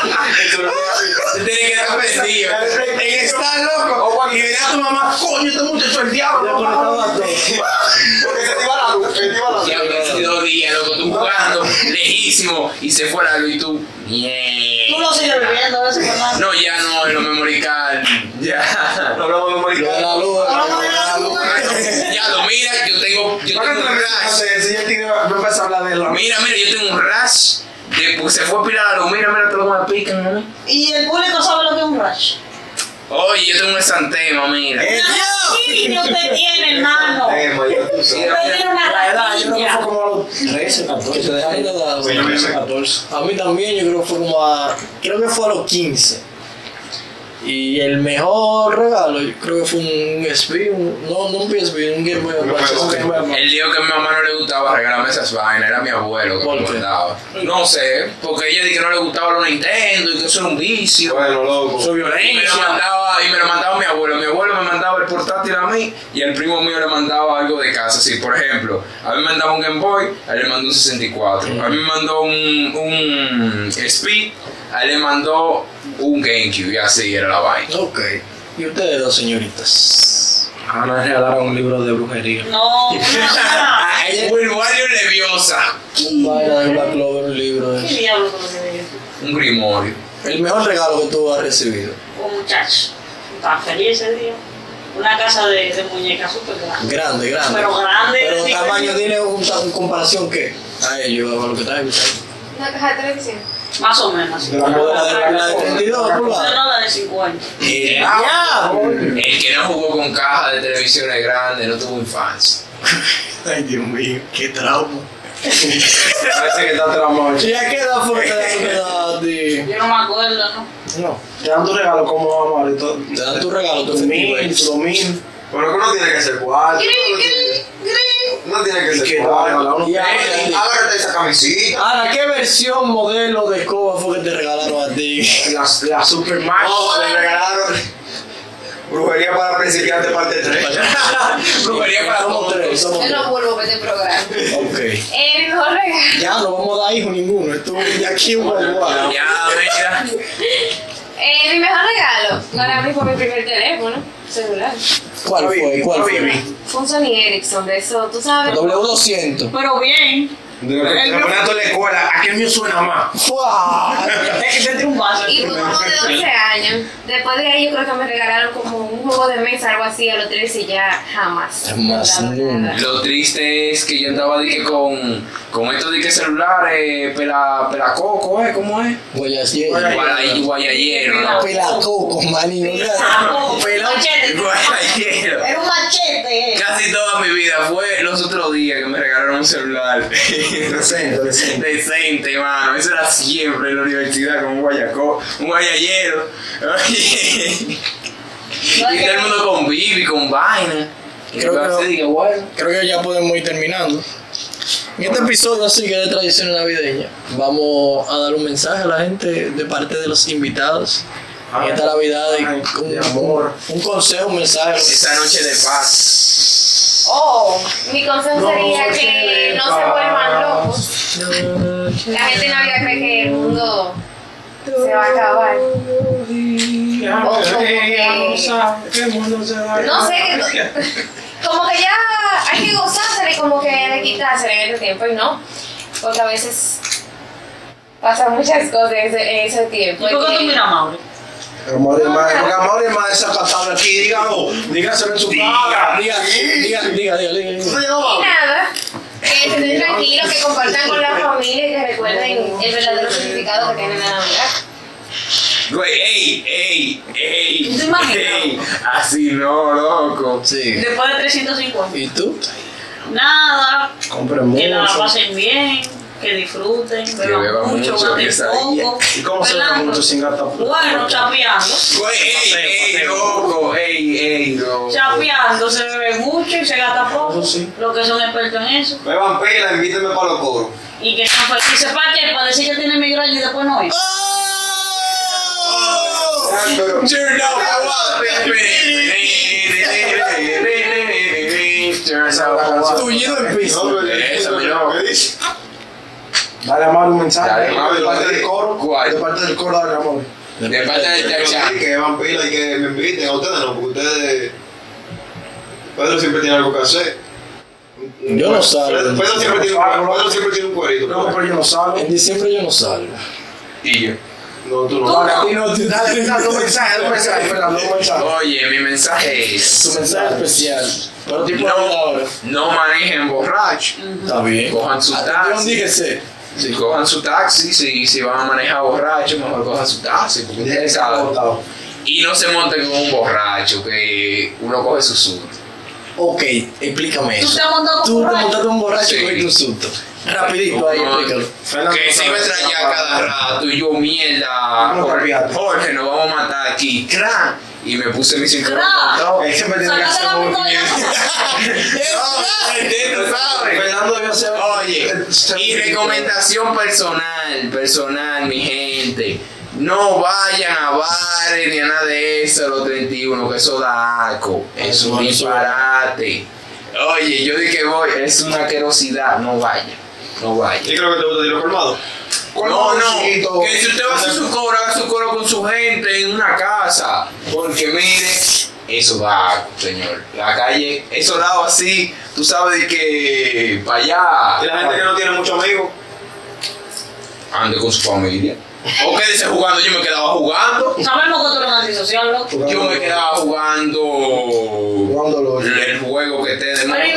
C: Tú tienes que estar perdido.
B: Estás loco. Y verás a tu mamá, coño, este muchacho es el diablo.
A: Yo conectaba todo.
D: Porque se te iba la luz, se te iba la luz.
C: Diablo, hace dos días, loco, tú jugando, lejísimo, y se fue la luz y tú.
G: Tú
C: "Mierda".
G: lo sigues bebiendo, a veces, Fernando.
C: No, ya no, en lo memory card. Ya.
D: No
A: Lo
D: hablamos de ah.
A: de
D: memoria.
A: la luz.
F: Ah,
G: Hablamos de la luz.
C: Ya lo mira, yo tengo. Yo tengo un rash.
B: Si ya te iba a empezar a hablar de la
C: Mira, mira, yo tengo un rash. De, pues, se fue a pirar la luz, mira, mira, todo lo que me pican, ¿no?
G: Y el público sabe lo que es un rush.
C: Oye, yo tengo un esantema, mira.
F: Eh,
G: Sí, no te tiene, hermano.
D: Eh, María, tú sabes.
G: Pero tiene una
B: La edad, yo creo que
G: ratilla.
B: fue como a los 13,
A: Que te
B: 14.
A: dejaron de dar.
D: Sí, yo me sé.
A: 14. A mí también, yo creo que fue como a. Creo que fue a los 15. Y el mejor regalo, yo creo que fue un SP, un- no, no un PSP, un Game Boy Advance.
D: fue
A: un Game Boy Advance.
C: Él dijo que a mi mamá no le gustaba regalarme esas vainas, era mi abuelo que
A: ¿Por
C: me
A: qué?
C: mandaba. No sé, porque ella dijo que no le gustaba los Nintendo y que eso era un vicio.
D: Bueno, loco.
C: Su violencia. Y me lo mandaba, y me lo mandaba mi abuelo. Mi abuelo me mandaba el portátil a mí y el primo mío le mandaba algo de casa. Así, por ejemplo, a mí me mandaba un Game Boy, a él le mandó un 64. A mí me mandó un, un Speed, a él le mandó un GameCube y así era la vaina.
A: Ok. ¿Y ustedes dos señoritas?
B: Ah, no, regalaron un libro de brujería.
G: No, no.
C: Ah, es Wilwario Leviosa.
A: Vaina de Black Clover, un libro. de
G: ¿Qué
A: eso.
G: diablo con lo que digo?
C: Un grimorio.
A: El mejor regalo que tú has recibido.
F: Oh,
G: Un muchacho. Estaba feliz ese día. Una casa de, de muñecas súper grande.
A: Grande, grande.
G: Pero grande,
A: Pero
G: sí.
A: tamaño tiene un, ta- en comparación que a ellos, a lo que están escuchando.
G: Una caja de televisión. Más o menos.
B: De la moda
A: La de, la de 32
G: Una
A: pulgadas.
G: nada de 50.
C: Y-
A: ¡Ya!
C: El que no jugó con caja de televisiones grandes no tuvo infancia.
A: Ay, Dios mío, qué trauma.
B: Parece que está traumado.
A: ¿Y a qué edad fue que te dejaron de dar de.
F: Yo no me acuerdo, ¿no?
A: No.
B: Te dan tu regalo como vamos a esto.
A: Te dan tu regalo, tu
B: Dos mil,
A: efectivo.
B: dos mil.
D: Pero que uno tiene que ser cuarto. uno tiene- No tiene que
B: ¿Y
D: ser
B: qué
D: cuarto.
B: tal?
D: uno-
A: Y ahora,
D: Eh, Agárrate esa camisita.
A: Ana, ¿qué versión modelo de escoba fue que te regalaron a ti?
B: La, la Super Max.
D: Ah, No, le regalaron brujería para principiantes parte 3.
C: Brujería para
A: somos
C: todos.
A: tres, somos
H: Yo
A: tres.
H: no vuelvo a este programa.
A: Ok.
E: Eh, mi mejor regalo.
A: Ya no vamos a dar hijo ninguno. Esto de aquí un guagua.
C: Ya, mira.
E: Eh, mi mejor regalo. Ahora mismo mi primer teléfono, celular.
A: ¿Cuál fue? ¿Cuál fue?
E: Fue un Sony Ericsson de eso, tú sabes.
A: W200.
F: Pero bien.
D: De lo que
F: El
D: te ponen a toda la escuela.
B: ¿A qué mío suena más?
A: ¡Fua!
F: Es que te triunfaste.
E: Y fue como de 12 años. Después de ahí yo creo que me regalaron como un juego de mesa, algo así, a los 13 y ya jamás.
A: Jamás,
E: No, no, no.
C: Lo triste es que yo andaba de que con, con esto de que celular, eh, pela, pelacoco, ¿eh? ¿Cómo es?
A: Guayasye.
C: Guay- Guayayero, ¿no?
A: Pelacocos, maní. o sea,
F: Pelado.
C: Guayayero.
H: Era un machete. eh.
C: Casi toda mi vida fue los otros días que me regalaron un celular.
D: Decente, decente.
C: Decente, mano. Eso era siempre en la universidad con un guayacó, un guayayero. Oye. y todo el mundo con bibi, con vaina. Y
A: Creo
C: yo
A: que no.
C: así digo, bueno.
A: Creo que ya podemos ir terminando. En este episodio así que de tradición navideña, vamos a dar un mensaje a la gente de parte de los invitados. En esta Navidad, de-
B: ay,
A: un,
B: de amor.
A: un consejo, un mensaje.
C: Esa noche de paz.
E: Oh, mi consejo
B: No,
E: sería
B: che,
E: que no se
B: pa-
E: vuelvan locos. La gente en Navidad cree que el mundo se va a acabar. O como que- No sé, que- como que ya hay que gozársela y como que hay que quitársela en este tiempo y no. Porque a veces pasan muchas cosas en ese, en ese tiempo.
F: ¿Y por qué tú
E: Y-
F: miras, Mauro?
B: Amor y madre, porque amor y madre se ha pasado aquí, dígalo, dígaselo en su cara.
A: Diga, diga, diga, diga, diga, diga.
E: Y nada, que estén tranquilos, que compartan con la familia y que recuerden el verdadero significado que tiene la Navidad.
C: Güey, ey, ey, ey.
F: ¿Te imaginas?
C: ey. Así no, loco.
A: Sí.
F: Después de 350.
A: ¿Y tú?
F: Nada.
B: Compren
F: Que la
B: mucho.
F: pasen bien. Que disfruten. Que
C: beban
F: beban mucho,
C: mucho, que
F: maten
C: salgan.
F: poco.
B: ¿Y cómo se
F: ¿verdad?
B: ve mucho sin gastar?
F: Pues Bueno, chapeando.
C: Güey, Pues, ey, ey,
B: Paseo, paseo.
C: loco. Ey, ey, loco.
F: Chapeando se bebe mucho y se gasta poco.
B: Eso sí.
F: Los que son expertos en eso.
D: Beban pila, invíteme para los coros.
F: Y que están felices. ¿Para qué? Para decir que tiene migraña y después no es.
C: Oh, Turn up the
A: Tullido en piso.
C: Eso, mi loco.
B: Dale a Mauro un mensaje.
C: Dale, Mauro,
D: De parte del coro.
C: ¿Cuál?
B: De parte del coro, dale amor.
C: De parte del
D: Yo
C: chachá.
D: sí, que beban pila y que me inviten. A ustedes no, porque ustedes. Pedro siempre tiene algo que hacer.
A: Yo no salgo.
D: Pedro, Pedro siempre tiene, un- Pedro siempre tiene un cuerito. pues.
B: No, pero yo no
A: En
B: salgo.
A: diciembre yo no salgo.
C: Y yo.
D: No, tú no.
B: Dale, dale, dale, un mensaje, un mensaje, Fernando, un mensaje.
C: Oye, mi mensaje
A: Tu
C: es.
A: mensaje especial. Pero tipo
C: No.
A: ahora.
C: No manejen borrachos.
B: Mm.
A: Está bien.
C: Cojan su
B: Ah,
A: Atención,
C: taxi.
A: dígese.
C: Si cojan su taxi, si, si van a manejar borrachos, mejor cojan su taxi. Porque ustedes saben. Y no se monten con un borracho, que uno coge su susto.
A: Ok, explícame
F: Tú
A: eso.
F: te has montado
A: Tú te
F: con borracho.
A: montaste un borracho y
C: Sí.
A: cogiste un susto. Rapidito eh, ahí,
C: No,
A: explícalo.
C: Que se iba a extrañar cada rato y yo mierda.
B: No
C: Jorge,
B: cambiaste.
C: Jorge, nos vamos a matar aquí. ¡Cran! Y me puse mi cinturón.
F: Cra.
C: montado.
B: Él siempre tiene que
F: Sacate
B: hacer
F: la
B: un
F: pistola.
C: No, intento, ¿sabes?
B: Fernando ah, debió ser.
C: Oye, y recomendación personal, personal, mi gente. No vayan a bares ni a nada de eso, los 31, que eso da asco. Es un
A: Ay, eso.
C: disparate. Oye, yo dije que voy, es una asquerosidad. No vayan, no vayan.
D: Yo creo que te gusta tiro colmado.
C: No, no, que si usted va a hacer su coro, haga su coro con su gente en una casa. Porque mire, eso va, señor. La calle, eso lado así, tú sabes de que para allá.
D: Y la gente que no tiene muchos amigos.
C: ande con su familia. O quédese jugando, yo me quedaba jugando.
F: Sabemos que tú eres un antisocial, loco.
C: Yo me quedaba jugando
B: Jugándolo.
C: el juego que te de
F: Pero y no era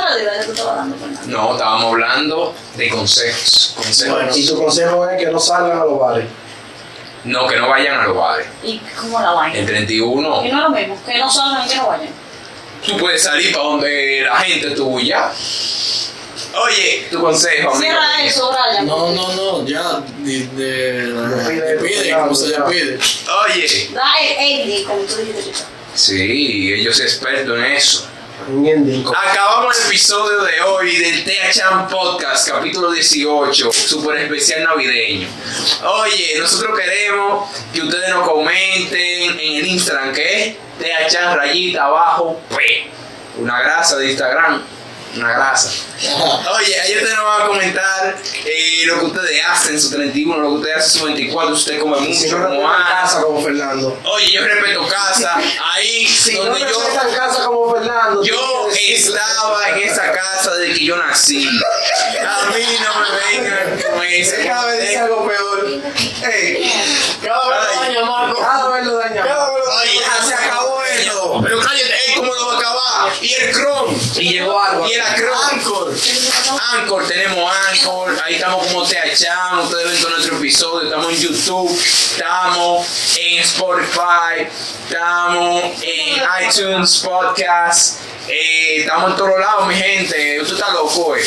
F: una despedida que tú estabas dando, Fernando.
C: No, estábamos hablando de consejos. consejos.
B: Bueno, y tu consejo es que no salgan a los bares.
C: No, que no vayan a los bares.
F: ¿Y cómo la vaina?
C: El 31,
F: Y no es lo mismo, que no salgan y que no vayan.
C: tú puedes salir para donde la gente tuya. Oye, tu consejo, amigo.
G: Cierra eso, Brian.
I: No, no, no, ya. De, de,
B: Despide,
I: despide,
B: claro,
I: como se
B: claro.
I: despide.
C: Oye.
G: Dale, Eddie, como tú dijiste.
C: Sí, ellos expertos en eso. Ah, Acabamos el episodio de hoy del THM Podcast, capítulo 18, super especial navideño. Oye, nosotros queremos que ustedes nos comenten en el Instagram que es THM rayita abajo P. Una grasa de Instagram. Una grasa. Oye, ahí ustedes nos van a comentar eh, lo que ustedes hacen, su 31, lo que ustedes hacen, su 24, si usted come
B: Si
C: mucho,
B: no
C: como
B: respetan casa
C: hace.
B: como Fernando.
C: Oye, yo respeto casa. Ahí,
B: Si no
C: donde yo...
B: respetan casa como Fernando.
C: Yo estaba en esa casa desde que yo nací. A mí no me vengan con eso.
B: Cada vez dice algo peor. Ey, cada vez lo daña más. Cada vez lo daña más.
C: Oye, ya se acabó eso. Pero cállate, ey, ¿cómo lo va a acabar? Y el Chrome. Y llegó algo. Y el Anchor. Anchor, tenemos Anchor. Ahí estamos como te achamos. Ustedes ven todo nuestro episodio. Estamos en YouTube. Estamos en Spotify. Estamos en iTunes Podcast. Eh, estamos en todos lados, mi gente. Usted está loco, eh.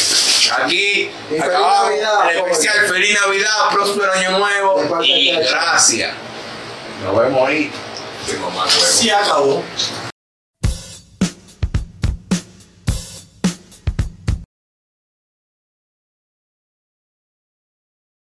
C: Aquí,
B: Y feliz
C: acabamos
B: Navidad,
C: el especial. Feliz Navidad, próspero año
B: De
C: nuevo.
B: parte
C: Y
B: de THM.
C: gracias. Nos vemos ahí. Tengo más huevos.
I: Sí, acabó.